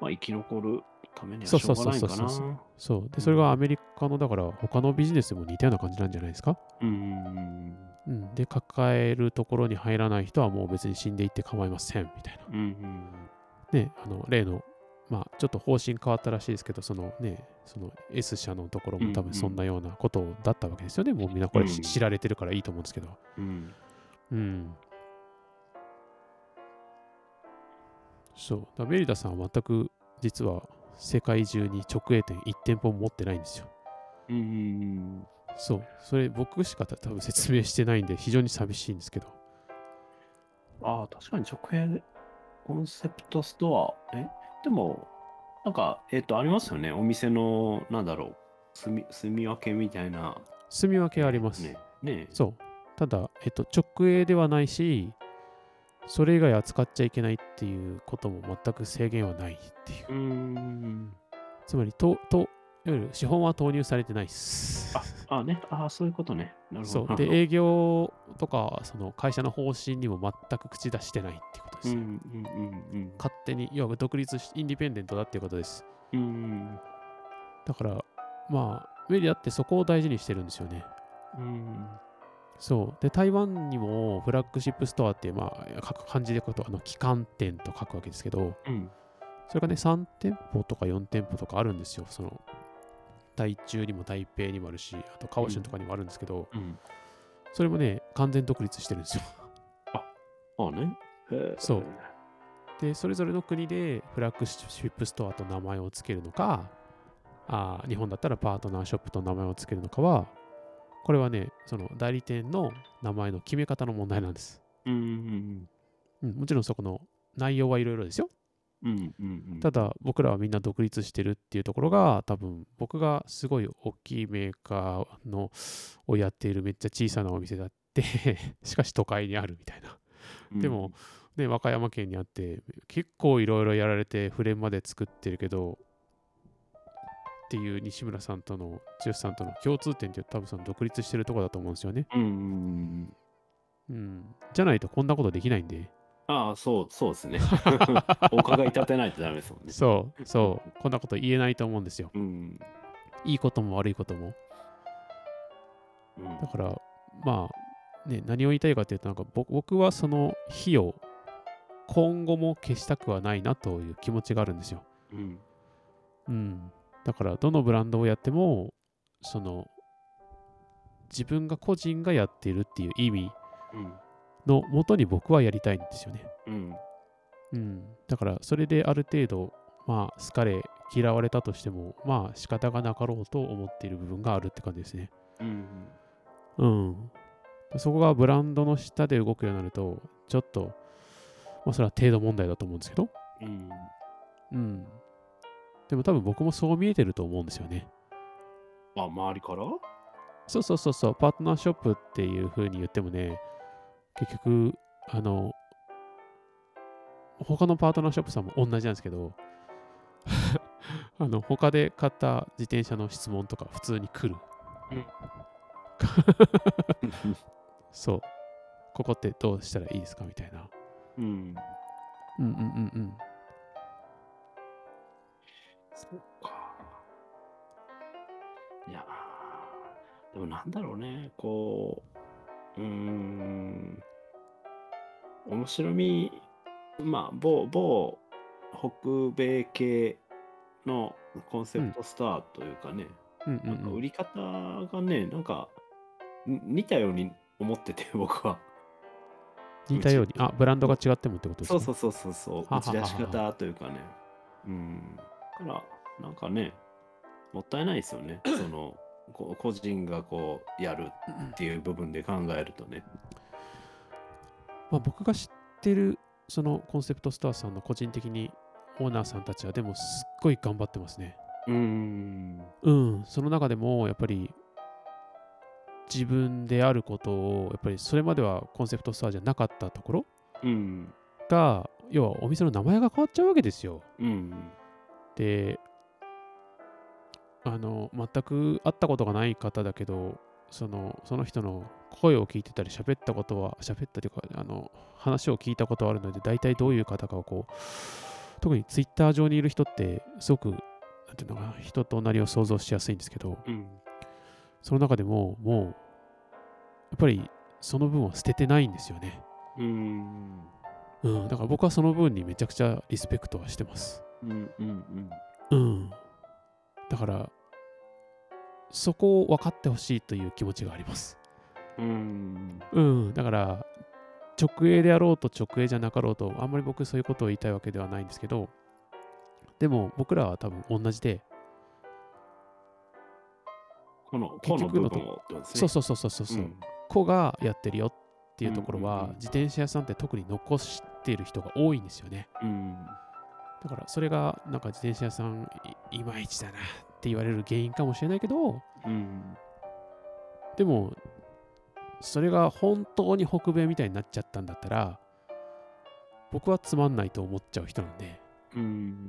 S2: まあ生き残るためには
S1: そう
S2: し
S1: そう
S2: ょう
S1: そう
S2: がない
S1: そ
S2: か
S1: う
S2: な。
S1: そうでそれがアメリカのだから他のビジネスでも似たような感じなんじゃないですか、
S2: うんうんうん
S1: うん、で抱えるところに入らない人はもう別に死んでいって構いませんみたいな
S2: うんうん
S1: ね、あの例の、まあ、ちょっと方針変わったらしいですけど、そのね、その S 社のところも多
S2: うん
S1: 分
S2: うん
S1: そんなようなことだったわけですよね。もうみんなこれ
S2: う
S1: し
S2: ん
S1: 知られてるからいいと思うんですけど。
S2: うん。
S1: うん。そう。だからメリダさんは全く実は世界中に直営店1店舗も持ってないんですよ。
S2: うんうん
S1: そう。それ僕しかた多分説明してないんで非常に寂しいんですけど。
S2: ああ、確かに直営コンセプトストア。えでも、なんか、えっ、と、ありますよね。お店の、なんだろう、住み住み分けみたいな。
S1: 住み分けあります。
S2: ね。ね
S1: そう。ただ、えっと、直営ではないし、それ以外扱っちゃいけないっていうことも全く制限はないっていう。
S2: うーん。
S1: つまり、と、と、いわゆる資本は投入されてないっす。
S2: あ、あね。ああ、そういうことね。なるほ
S1: そ
S2: ど。
S1: う。で、営業とか、その会社の方針にも全く口出してないっていうことです
S2: うん
S1: ね。
S2: うんうん
S1: 勝手に、要は独立し、インディペンデントだっていうことです。
S2: うん。うん。
S1: だから、まあ、メディアってそこを大事にしてるんですよね。
S2: うん。
S1: そう。で、台湾にもフラッグシップストアって、まあ、書く漢字で書くと、あの、機関店と書くわけですけど、
S2: うん。
S1: それがね、3店舗とか4店舗とかあるんですよ。その、台中にも台北にもあるし、あと、カオシュンとかにもあるんですけど、
S2: うん。
S1: それもね、完全独立してるんですよ。
S2: ああね。へえ
S1: そう。で、それぞれの国でフラッグシップストアと名前を付けるのか、あー日本だったらパートナーショップと名前を付けるのかは、これはね、その代理店の名前の決め方の問題なんです。
S2: うんうん
S1: うん、もちろんそこの内容はいろいろですよ。
S2: うん。うんうんうん。
S1: ただ僕らはみんな独立してるっていうところが多分僕がすごい大きいメーカーのをやっているめっちゃ小さなお店だって しかし都会にあるみたいな、
S2: うん
S1: でも、ね、和歌山県にあって結構いろいろやられてフレームまで作ってるけどっていう西村さんとの剛さんとの共通点って多分その独立してるとこだと思うんですよね、
S2: うんうんうん。
S1: うん、じゃないとこんなことできないんで
S2: ああ、そう、そうで すね。お伺い立てないとダメですもんね。
S1: そうそうこんなこと言えないと思うんですよ
S2: うん。
S1: いいことも悪いことも
S2: うん
S1: だから、まあ、ね、何を言いたいかというと、なんかぼ僕はその火を今後も消したくはないなという気持ちがあるんですよ。
S2: うん。
S1: うん、だからどのブランドをやってもその自分が個人がやっているっていう意味
S2: うん。
S1: のもとに僕はやりたいんですよね。
S2: うん。
S1: うん、だからそれである程度まあ好かれ嫌われたとしてもまあ仕方がなかろうと思っている部分があるって感じですね。
S2: うん。
S1: うん。そこがブランドの下で動くようになるとちょっとまあそれは程度問題だと思うんですけど。
S2: うん。
S1: うん。でも多分僕もそう見えてると思うんですよね。
S2: あ、周りから
S1: そうそうそうそう、パートナーショップっていう風に言ってもね、結局、あの、他のパートナーショップさんも同じなんですけど、 あの、他で買った自転車の質問とか普通に来る。
S2: うん
S1: そう。ここってどうしたらいいですかみたいな。
S2: うん。
S1: うんうんうんうん。
S2: そっか。いやーでもなんだろうね、こう、うーん、面白み、まあ、某、某北米系のコンセプトスターというか
S1: う
S2: ね、
S1: んうん
S2: なんか
S1: う
S2: 売
S1: ん、
S2: り方がね、なんか、に似たように思ってて、僕は。
S1: 似たように、あ、ブランドが違ってもってことです
S2: そ
S1: か
S2: うそうそうそうそう、
S1: はははは
S2: 打ち出し方というかね。うん。だから、なんかね、もったいないですよね。その、こ個人がこう、やるっていう部分で考えるとね。
S1: まあ、僕が知ってるそのコンセプトスターさんの個人的にオーナーさんたちはでもすっごい頑張ってますね。
S2: うん。
S1: うん、その中でもやっぱり自分であることをやっぱりそれまではコンセプトスターじゃなかったところ
S2: うん。
S1: が要はお店の名前が変わっちゃうわけですよ。
S2: うん。
S1: であの全く会ったことがない方だけどそのその人の声を聞いてたり喋ったことは喋ったというかあの話を聞いたことはあるので大体どういう方かをこう特にツイッター上にいる人ってすごくなんていうのかな人となりを想像しやすいんですけど
S2: うん。
S1: その中でももうやっぱりその分は捨ててないんですよね、
S2: うん。
S1: うん、だから僕はその分にめちゃくちゃリスペクトはしてます
S2: うん。うん。
S1: うん。だから、そこを分かってほしいという気持ちがあります。
S2: うん。
S1: うん。だから、直営であろうと直営じゃなかろうと、あんまり僕そういうことを言いたいわけではないんですけど、でも僕らは多分同じで、
S2: この、この
S1: 結局
S2: 部
S1: のと
S2: 分をってことですね。
S1: そうそうそうそうそうそう、
S2: うん
S1: 子がやってるよっていうところ
S2: うんう
S1: は
S2: んうん、
S1: 自転車屋さんって特に残している人が多いんですよね。
S2: うん。
S1: だからそれがなんか自転車屋さんいいまいちだなって言われる原因かもしれないけど、
S2: うん。
S1: でもそれが本当に北米みたいになっちゃったんだったら僕はつまんないと思っちゃう人なんで
S2: うん。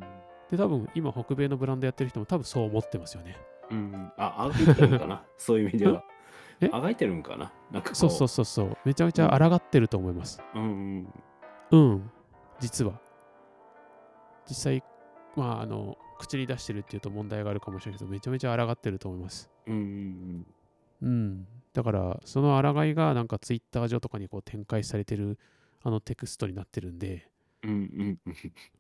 S1: で多分今北米のブランドやってる人も多分そう思ってますよね
S2: うん。あ、あがいてるんかな。そういう意味では。
S1: え
S2: あがいてるんかな。なんかこう。
S1: そうそうそうそうめちゃめちゃ抗ってると思います
S2: うん。うん。
S1: うん実は実際まああの口に出してるっていうと問題があるかもしれないけどめちゃめちゃ抗ってると思います
S2: うん。
S1: うんだからその抗いがなんかツイッター上とかにこう展開されてるあのテクストになってるんで
S2: うん。うん。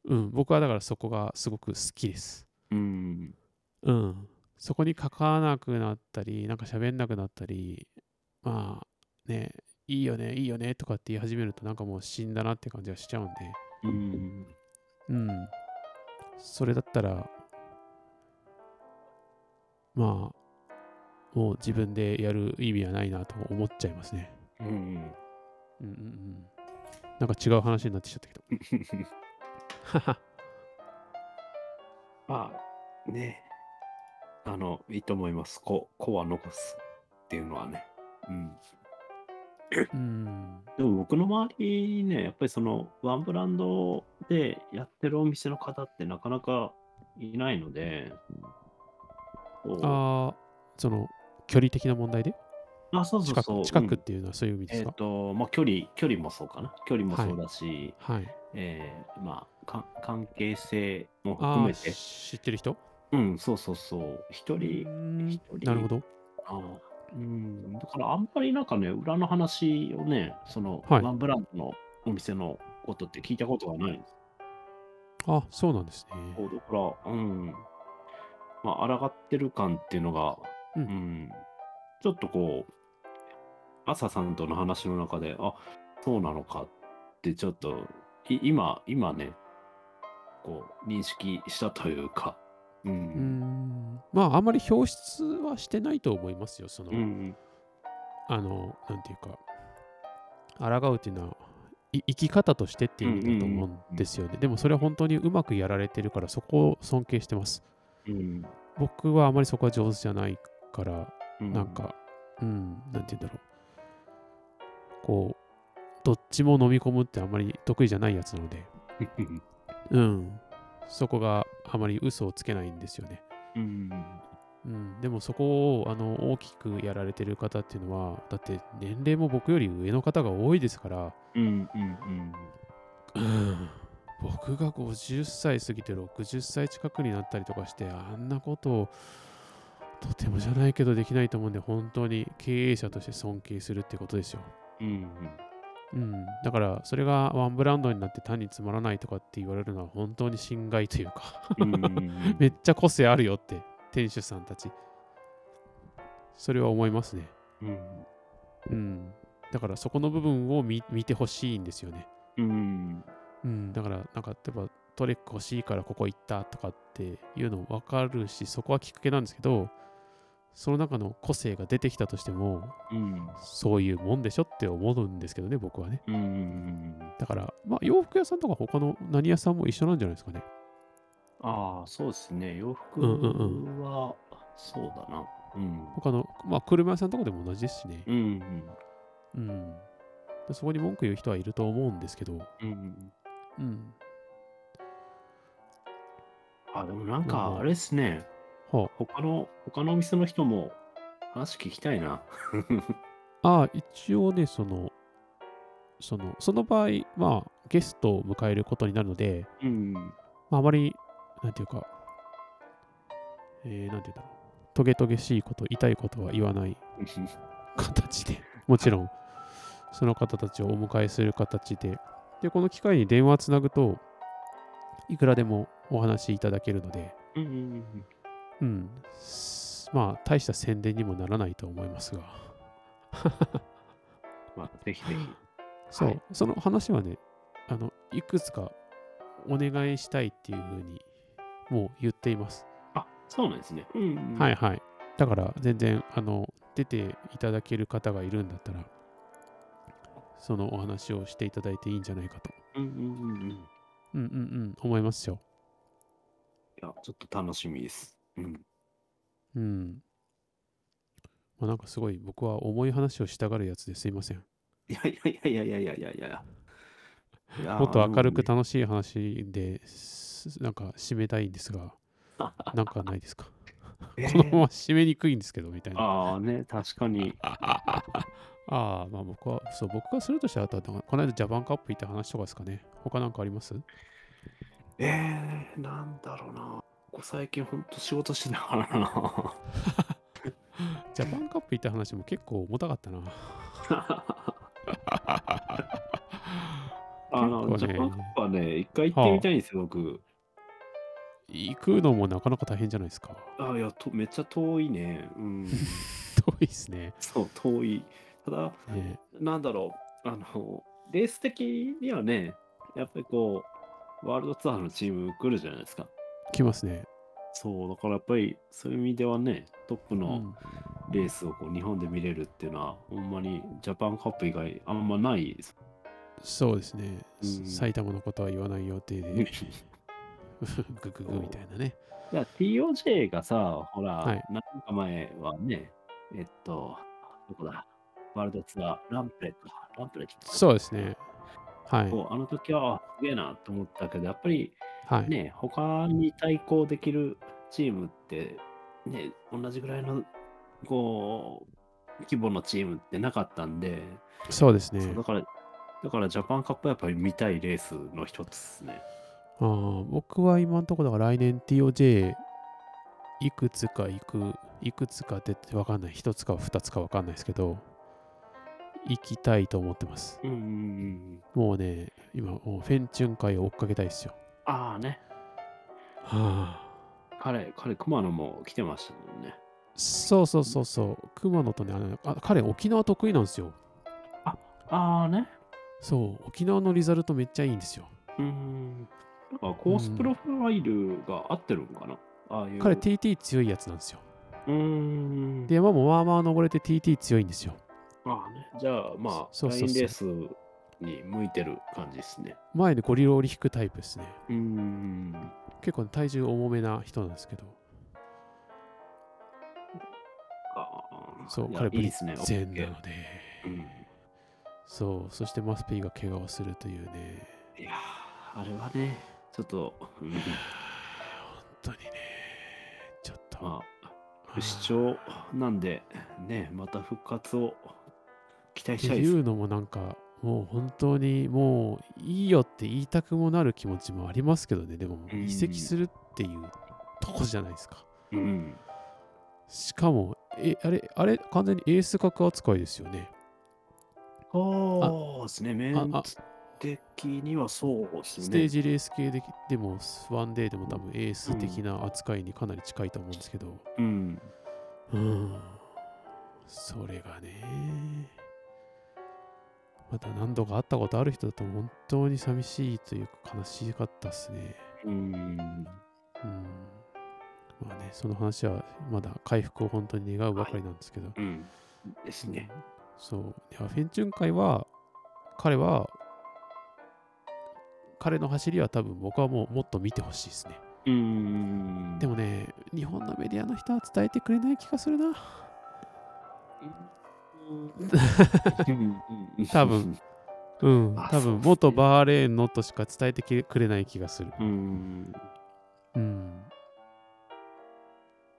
S2: うん。
S1: うん、僕はだからそこがすごく好きです。
S2: うん。
S1: うん。そこに書かなくなったり、なんか喋んなくなったり、まあね、いいよね、いいよねとかって言い始めると、なんかもう死んだなって感じがしちゃうんで、
S2: うん。
S1: うん。それだったら、まあ、もう自分でやる意味はないなと思っちゃいますね。
S2: うん。
S1: うんうんうん。なんか違う話になってきちゃったけど。はは
S2: まあ、ね。あの、いいと思います。こう、こうは残すっていうのはね。うん。
S1: うん。
S2: でも僕の周りね、やっぱりその、ワンブランドでやってるお店の方ってなかなかいないので、そう
S1: ああ、その、距離的な問題で
S2: あそうそう
S1: 近
S2: そう。
S1: く近
S2: うん
S1: くっていうのはそういう意味で
S2: え
S1: す
S2: っ、
S1: か、
S2: と、まあ、距離、距離もそうかな。距離も
S1: はい
S2: そうだし、
S1: はい。
S2: えーまあ、か関係性も
S1: あ
S2: 含
S1: あ、
S2: めて、
S1: 知ってる人
S2: うん、そうそうそう。一
S1: うー
S2: 人、
S1: ん
S2: 一人
S1: なるほど。
S2: あのうん、だからあんまりなんかね、裏の話をね、その、
S1: はい
S2: ワンブランドのお店のことって聞いたことがないんです
S1: あ、そうなんです
S2: け
S1: ね。
S2: ど、だから、うん、まあ、抗ってる感っていうのが、
S1: うん
S2: んちょっとこう、朝さんとの話の中で、あそうなのかって、ちょっと、い今、今ね、こう、認識したというか、う、
S1: うんん。まあ、あんまり表出はしてないと思いますよ。その、
S2: うん、
S1: あの、なんていうか、抗うっていうのは、い生き方としてっていう意味だと思うんですよね。でもそれは本当にうまくやられてるから、そこを尊敬してます。
S2: うん、
S1: 僕はあまりそこは上手じゃないから、
S2: うん
S1: なん、か、うん、なんて言うんだろう。こう、どっちも飲み込むってあんまり得意じゃないやつなので、うん、そこがあまり嘘をつけないんですよね。
S2: うん、
S1: うん、でもそこをあの大きくやられてる方っていうのは、だって年齢も僕より上の方が多いですから、
S2: うん、うん、
S1: うん僕が50歳過ぎて60歳近くになったりとかしてあんなことをとてもじゃないけどできないと思うんで本当に経営者として尊敬するってことですよ。
S2: うん、うん。
S1: うん、だからそれがワンブランドになって単につまらないとかって言われるのは本当に心外というか
S2: うん
S1: めっちゃ個性あるよって店主さんたちそれは思いますね。
S2: うん
S1: うん、だからそこの部分を見見てほしいんですよね。
S2: うん
S1: うん、だから、なんか、例えば、トレック欲しいからここ行ったとかっていうの分かるし、そこはきっかけなんですけど、その中の個性が出てきたとしても、
S2: うん
S1: そういうもんでしょって思うんですけどね、僕はね。
S2: うん
S1: だから、まあ、洋服屋さんとか他の何屋さんも一緒なんじゃないですかね。
S2: ああ、そうですね。洋服
S1: うんうん
S2: は、そうだな。うん。
S1: 他の、まあ、車屋さんとかでも同じですしね
S2: う。ん。
S1: うん。でそこに文句言う人はいると思うんですけど、
S2: うん。
S1: うん。
S2: あ、でもなんか、あれですね。
S1: は
S2: 他の、他のお店の人も話聞きたいな。
S1: あ、ああ、一応ね、その、その、その場合、まあ、ゲストを迎えることになるので、
S2: うん。
S1: まあ、あまり、なんていうか、えー、なんていうんだろう、トゲトゲしいこと、痛いことは言わない形で、もちろん、その方たちをお迎えする形で、で、この機会に電話をつなぐと、いくらでもお話しいただけるので、
S2: うん。
S1: うん、すまあ、大した宣伝にもならないと思いますが、
S2: まあ、ぜひ ぜひ。
S1: そう、
S2: はい
S1: その話はね、あの、いくつかお願いしたいっていうふうに、もう言っています。
S2: あ、そうなんですね。うん。
S1: はい。はい。だから全然、あの、出ていただける方がいるんだったら、そのお話をしていただいていいんじゃないかと。
S2: うんうんうんうん。い
S1: うんうんうん、思いますよ。
S2: や、ちょっと楽しみです。うん。
S1: うん。まあ、なんかすごい僕は重い話をしたがるやつですいません。
S2: いやいやいやいやいやいやいやいや。
S1: もっと明るく
S2: た
S1: 楽しい話です、なんか締めたいんですが、なんかないですか。このまま締めにくいんですけど、みたいな。
S2: ああね、確かに。
S1: ああ、まあ僕は、そう、僕がするとしたら、だからこの間ジャパンカップ行った話とかですかね。他なんかあります
S2: えー、なんだろうな。ここ最近ほんと仕事してたからな。
S1: ジャパンカップ行った話も結構重たかったな。
S2: あの、
S1: 結構ね
S2: ジャパンカップはね、一回行ってみたいんですよ、僕。
S1: 行くのもなかなか大変じゃないですか。
S2: あいやと、めっちゃ遠いね。 うん。
S1: 遠いですね。
S2: そう、遠い。ただ、
S1: ね
S2: なんだろう。あの、レース的にはね、やっぱりこう、ワールドツアーのチーム来るじゃないですか。
S1: 来ますね。
S2: そう、だからやっぱり、そういう意味ではね、トップ
S1: う
S2: の
S1: ん
S2: レースをこう日本で見れるっていうのは、ほんまにジャパンカップ以外あんまないです。
S1: そうですね、
S2: うん
S1: 埼玉のことは言わない予定
S2: い
S1: で、 グググみたいなね。
S2: や TOJ がさ、ほら、
S1: はい
S2: 何年か前はね、えっと、どこだ、ワールドツアー、ランプレか、ランプレか。
S1: そうですね。はい。
S2: こうあの時は、あすげえなと思ったけど、やっぱり
S1: はい。
S2: ね、他に対抗できるチームって、ね、同じぐらいの、こう、規模のチームってなかったんで、
S1: そうです
S2: そう
S1: ね
S2: だ。から、だからジャパンカップはやっぱり見たいレースの一つですね。
S1: あー僕は今のところ、だから来年 TOJ いくつか行くいくつか出てわかんない、一つか二つかわかんないですけど、行きたいと思ってます。
S2: うんうんうん。
S1: もうね、今、もうフェンチュン会を追っかけたいですよ。
S2: ああね。
S1: はあ。
S2: 彼、彼、熊野も来てましたもんね。
S1: そうそうそうそう、熊野とね、あのあ彼、沖縄得意なんですよ。
S2: ああね。
S1: そう、沖縄のリザルトめっちゃいいんですよ。
S2: うん。なんかコースプロファイルが合ってるのかな、ああいう。
S1: 彼、TT 強いやつなんですよ。
S2: うん。
S1: で、山もまあまあ登れて TT 強いんですよ。
S2: ああね。じゃあ、まあ、
S1: そうそうそう
S2: ラインレースに向いてる感じですね。
S1: 前でゴリローリ引くタイプですね。
S2: うん。
S1: 結構、体重重めな人なんですけど。
S2: ああ。
S1: そう、
S2: いや
S1: 彼、
S2: い
S1: ブ
S2: い
S1: リ
S2: ですね。
S1: ッツェンな
S2: OK
S1: ので。
S2: うん
S1: そう、そしてマスピーが怪我をするというね。
S2: いやーあれはね、ちょっと、うん
S1: 本当にね、ちょっと。
S2: まあ、
S1: 視
S2: 主
S1: 聴
S2: 張なんで、ね、また復活を期待
S1: って
S2: したい
S1: い
S2: ですね。
S1: うのもなんか、もう本当にもういいよって言いたくもなる気持ちもありますけどね、でも
S2: うん
S1: 移籍するっていうとこじゃないですか。
S2: うん。
S1: しかも、え、あれ、あれ、完全にエース格扱いですよね。
S2: そうですね、メン
S1: あ
S2: ツ的にはそうですね。
S1: ステージレース系ででも、ワンデーでも多分エース的な扱いにかなり近いと思うんですけど。
S2: うん。
S1: うん。それがね。また何度か会ったことある人だと本当に寂しいというか悲しかったですね。
S2: うん。
S1: うん。まあね、その話はまだ回復を本当に願うばかりなんですけど。
S2: うん。ですね。
S1: そう。ではフェンチュン会は、彼は、彼の走りは多分僕はもうもっと見てほしいですね。
S2: うん。
S1: でもね、日本のメディアの人は伝えてくれない気がするな。
S2: うん、
S1: 多分。うん、
S2: あ
S1: 多
S2: そうです
S1: 分
S2: ね
S1: 元バーレーンのとしか伝えてきくれない気がする。
S2: うん。
S1: うん。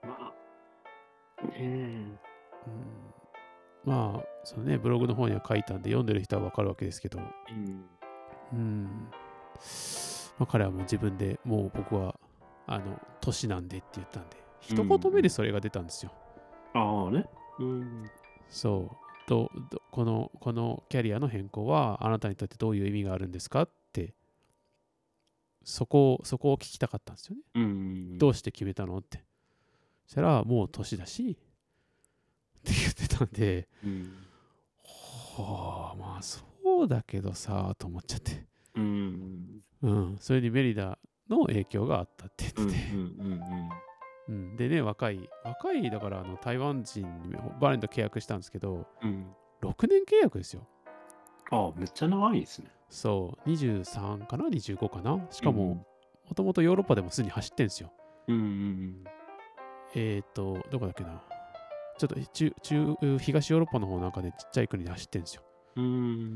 S2: まあ、ね
S1: う
S2: え。
S1: んまあ、そのね、ブログの方には書いたんで、読んでる人はわかるわけですけど、
S2: うん。
S1: うん。まあ、彼はもう自分でもう僕は、あの、年なんでって言ったんで、一言目でそれが出たんですよ。
S2: ああね。うん。
S1: そうどどこの、このキャリアの変更は、あなたにとってどういう意味があるんですかって、そこを、そこを聞きたかったんですよね。
S2: うん。
S1: どうして決めたのって。そしたら、もう年だし、って言ってたんで、
S2: うん。
S1: はあ、まあそうだけどさ、と思っちゃって。
S2: うん。
S1: うん、それにメリダの影響があったって
S2: う
S1: 言
S2: ん。う
S1: っ
S2: ん
S1: てて。
S2: うん。
S1: うん、でね、若い、若い、だからあの台湾人にバレンと契約したんですけど、
S2: うん。
S1: 6年契約ですよ。
S2: ああ、めっちゃ長いですね。
S1: そう、23かな、25かな。しかも、もともとヨーロッパでもすでに走ってんですよ。
S2: うん、うん
S1: えっ、ー、と、どこだっけな。ちょっと中中東ヨーロッパの方なんかでちっちゃい国で走ってんですよ。
S2: うん。う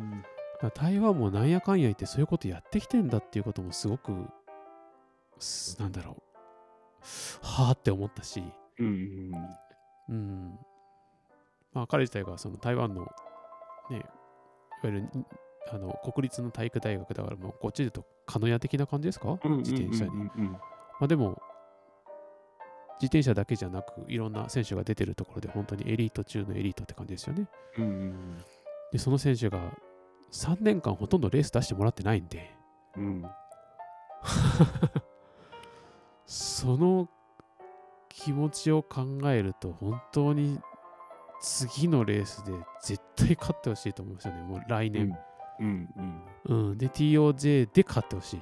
S2: ん。
S1: だから台湾もなんやかんや言ってそういうことやってきてんだっていうこともすごくすなんだろうはあって思ったし、
S2: うんうん。
S1: うんまあ、彼自体がその台湾の、ね、いわゆるんあの国立の体育大学だからもうこっちで言うと鹿屋的な感じですか、
S2: うん。
S1: 自転車に、
S2: うん
S1: ま
S2: うん
S1: あ、でも自転車だけじゃなくいろんな選手が出てるところで本当にエリート中のエリートって感じですよね
S2: うん。うん
S1: でその選手が3年間ほとんどレース出してもらってないんで
S2: うん。
S1: その気持ちを考えると本当に次のレースで絶対勝ってほしいと思いますよね。もう来
S2: うん
S1: 年。。
S2: うん。うん。
S1: うん、で、TOJ で勝ってほしい。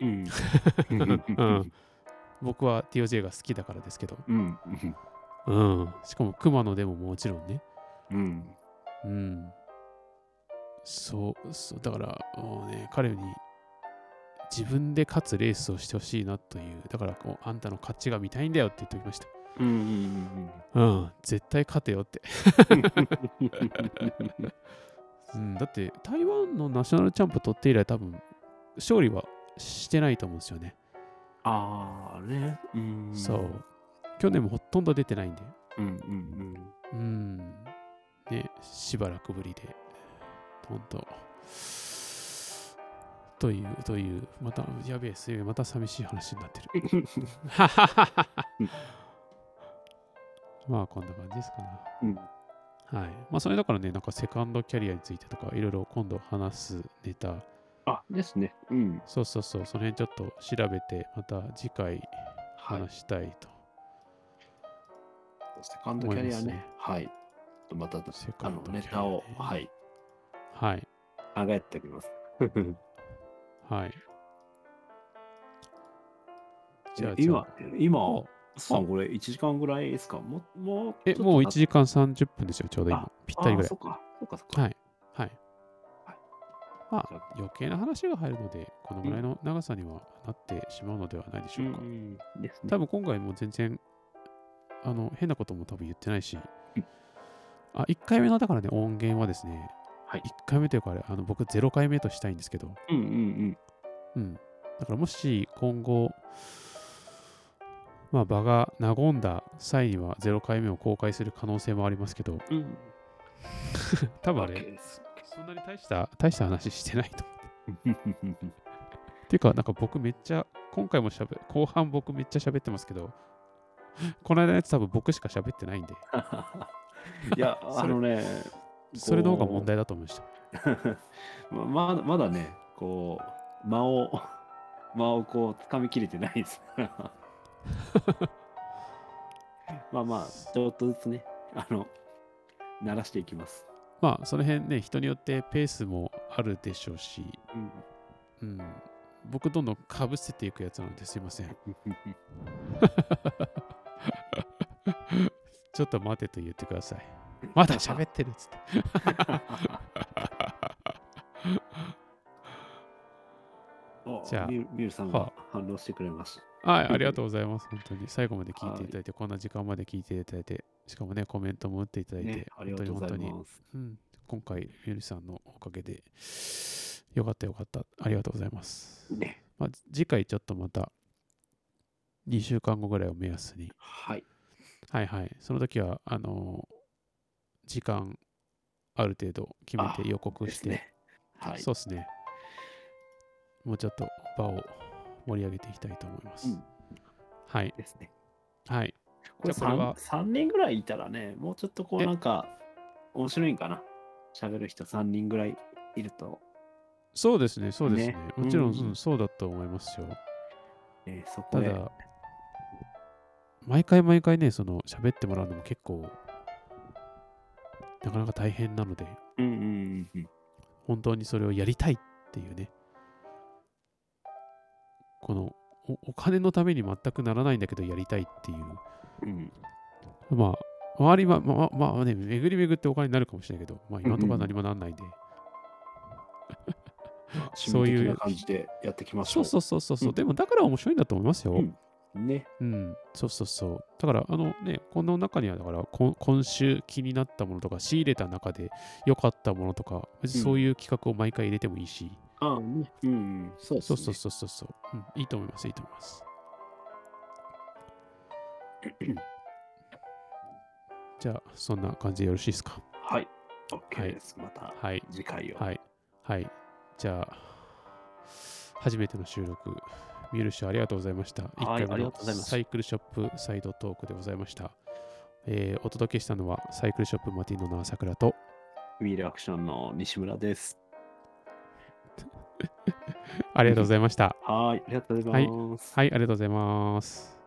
S2: うん。
S1: うん僕は TOJ が好きだからですけど。
S2: うん。
S1: うん。しかも熊野でももちろんね。
S2: うん。
S1: うん。そう、そうだから、もうね、彼に自分で勝つレースをしてほしいなという。だからこう、あんたの勝ちが見たいんだよって言っておきました。
S2: うん。うん。
S1: うん、絶対勝てよって。うん、だって台湾のナショナルチャンプ取って以来多分勝利はしてないと思うんですよね。
S2: ああね。うん。
S1: そう。去年もほとんど出てないんで。
S2: うん。うん。
S1: うん。ね、しばらくぶりで。ほんと。という、という、また、やべえ、すげえ、また寂しい話になってる。
S2: うん。
S1: まあこんな感じですかね。
S2: うん。
S1: はい。まあそれだからね、なんかセカンドキャリアについてとか、いろいろ今度話すネタ、
S2: あ、ですね。うん。
S1: そうそうそう、その辺ちょっと調べて、また次回
S2: はい。
S1: 話したいと。
S2: セカンドキャリア
S1: 思います
S2: ね。
S1: ね
S2: はい。また、
S1: セカ
S2: あ
S1: ン
S2: の
S1: ド、キャリアね
S2: ネタを、はい、
S1: はい。
S2: 考えておきます。
S1: はい。 じゃあ、
S2: 今
S1: じゃ、あ
S2: 今、
S1: あ
S2: さん、これ1時間ぐらいですかもう、もう、
S1: え、もう1
S2: 間
S1: 時間30分ですよ、ちょうど今。ぴったりぐらい
S2: そ。っか、そっか、そっか。
S1: はい。はい
S2: はい。
S1: まあ
S2: じゃ、あ
S1: 余計な話が入るので、このぐらいの長さにはなってしまうのではないでし
S2: う
S1: ょ
S2: ん
S1: うか。
S2: うんですね。
S1: 多分今回も全然、あの、変なことも多分言ってないし
S2: うん、
S1: あ、1回目の、だからね、音源はですね、
S2: はい
S1: 1回目というか、あれ、あの僕0回目としたいんですけど、
S2: うんうん
S1: うん。だからもし今後、まあ場が和んだ際には0回目を公開する可能性もありますけど、
S2: うん。うん。
S1: 多分あ
S2: わけ
S1: れ、
S2: です
S1: そんなに大した、大した話してないと。
S2: うん
S1: ていうか、なんか僕めっちゃ、今回もしゃべ、後半僕めっちゃ喋ってますけど、この間のやつ多分僕しか喋ってないんで、
S2: いや、
S1: そ
S2: あ
S1: れ
S2: のね、
S1: それの方が問題だと思いました。
S2: ままだまだね、こう、間を、 間をこう、掴みきれてないです。 まあまあ、ちょっとずつね、あの、鳴らしていきます。
S1: まあ、その辺ね、人によってペースもあるでしょうし、
S2: うん、
S1: うん。僕どんどんかぶせていくやつなのですいません。 ちょっと待てと言ってください。ま だ喋ってるっつって。
S2: お
S1: じゃあ
S2: ミューミュールさんが
S1: は
S2: 反応してくれます。
S1: はい、ありがとうございます。本当に。最後まで聞いていただいて、こんな時間まで聞いていただいて、しかもね、コメントも打っていただいて、
S2: ね、あり
S1: 本
S2: が
S1: 当
S2: と
S1: に本当
S2: うござい
S1: に。
S2: ます。
S1: うん、今回、ゆりさんのおかげで、よかったよかった。ありがとうございます。
S2: ね、
S1: まあ、次回ちょっとまた、2週間後ぐらいを目安に。
S2: はい。
S1: はいはい。その時は、あのー時間、ある程度決め
S2: あ
S1: て予告
S2: で
S1: し
S2: す
S1: て、
S2: ね。はい。
S1: そうですね。もうちょっと場を盛り上げていきたいと思います。
S2: うん
S1: はい。
S2: ですね。
S1: はい。
S2: これ
S1: じゃあこれは
S2: 三三年ぐらいいたらね、もうちょっとこ
S1: え
S2: うなんか面白いんかな。喋る人三人ぐらいいると、
S1: そうですね、そうですね。
S2: ね
S1: もちろん、
S2: うん
S1: うんそうだと思いますよ。
S2: えーそ
S1: た
S2: こへ。
S1: だ、毎回毎回ね、その喋ってもらうのも結構、なかなか大変なので、
S2: うんうんうん
S1: 本当にそれをやりたいっていうね、このおお金のために全くならないんだけどやりたいっていう
S2: うん。うん
S1: まあ、周りは、まあ、まあまあね、巡り巡ってお金になるかもしれないけど、まあ今のところは何もなんないんで、 そういう
S2: 趣味的な感じでやっていきまし
S1: そ
S2: ょう。
S1: うそうそうそうそう、
S2: うん
S1: でもだから面白いんだと思いますよ。う
S2: うんん、ね。
S1: そうそうそう。だから、あのね、この中には、だからこ、今週気になったものとか、仕入れた中で良かったものとか、別にそういう企画を毎回入れてもいいし、
S2: ああね。うんうん。そうです
S1: そう
S2: ね。
S1: そうそうそうそう、うん、いいと思います、いいと思います。じゃあ、そんな感じでよろしいですか。
S2: はい。
S1: は
S2: OK
S1: い
S2: です。また
S1: はい。
S2: 次回を。
S1: はい。はい。じゃあ、初めての収録、ミュールシュありがとうございました。一
S2: はい
S1: 目の
S2: ありがとうございます
S1: サイクルショップサイドトークでございました。えーお届けしたのは、サイクルショップマティノの朝倉と、
S2: ウィールアクションの西村です。
S1: ありがとうございました。
S2: はい。ありがとうございます。
S1: はい、ありがとうございます。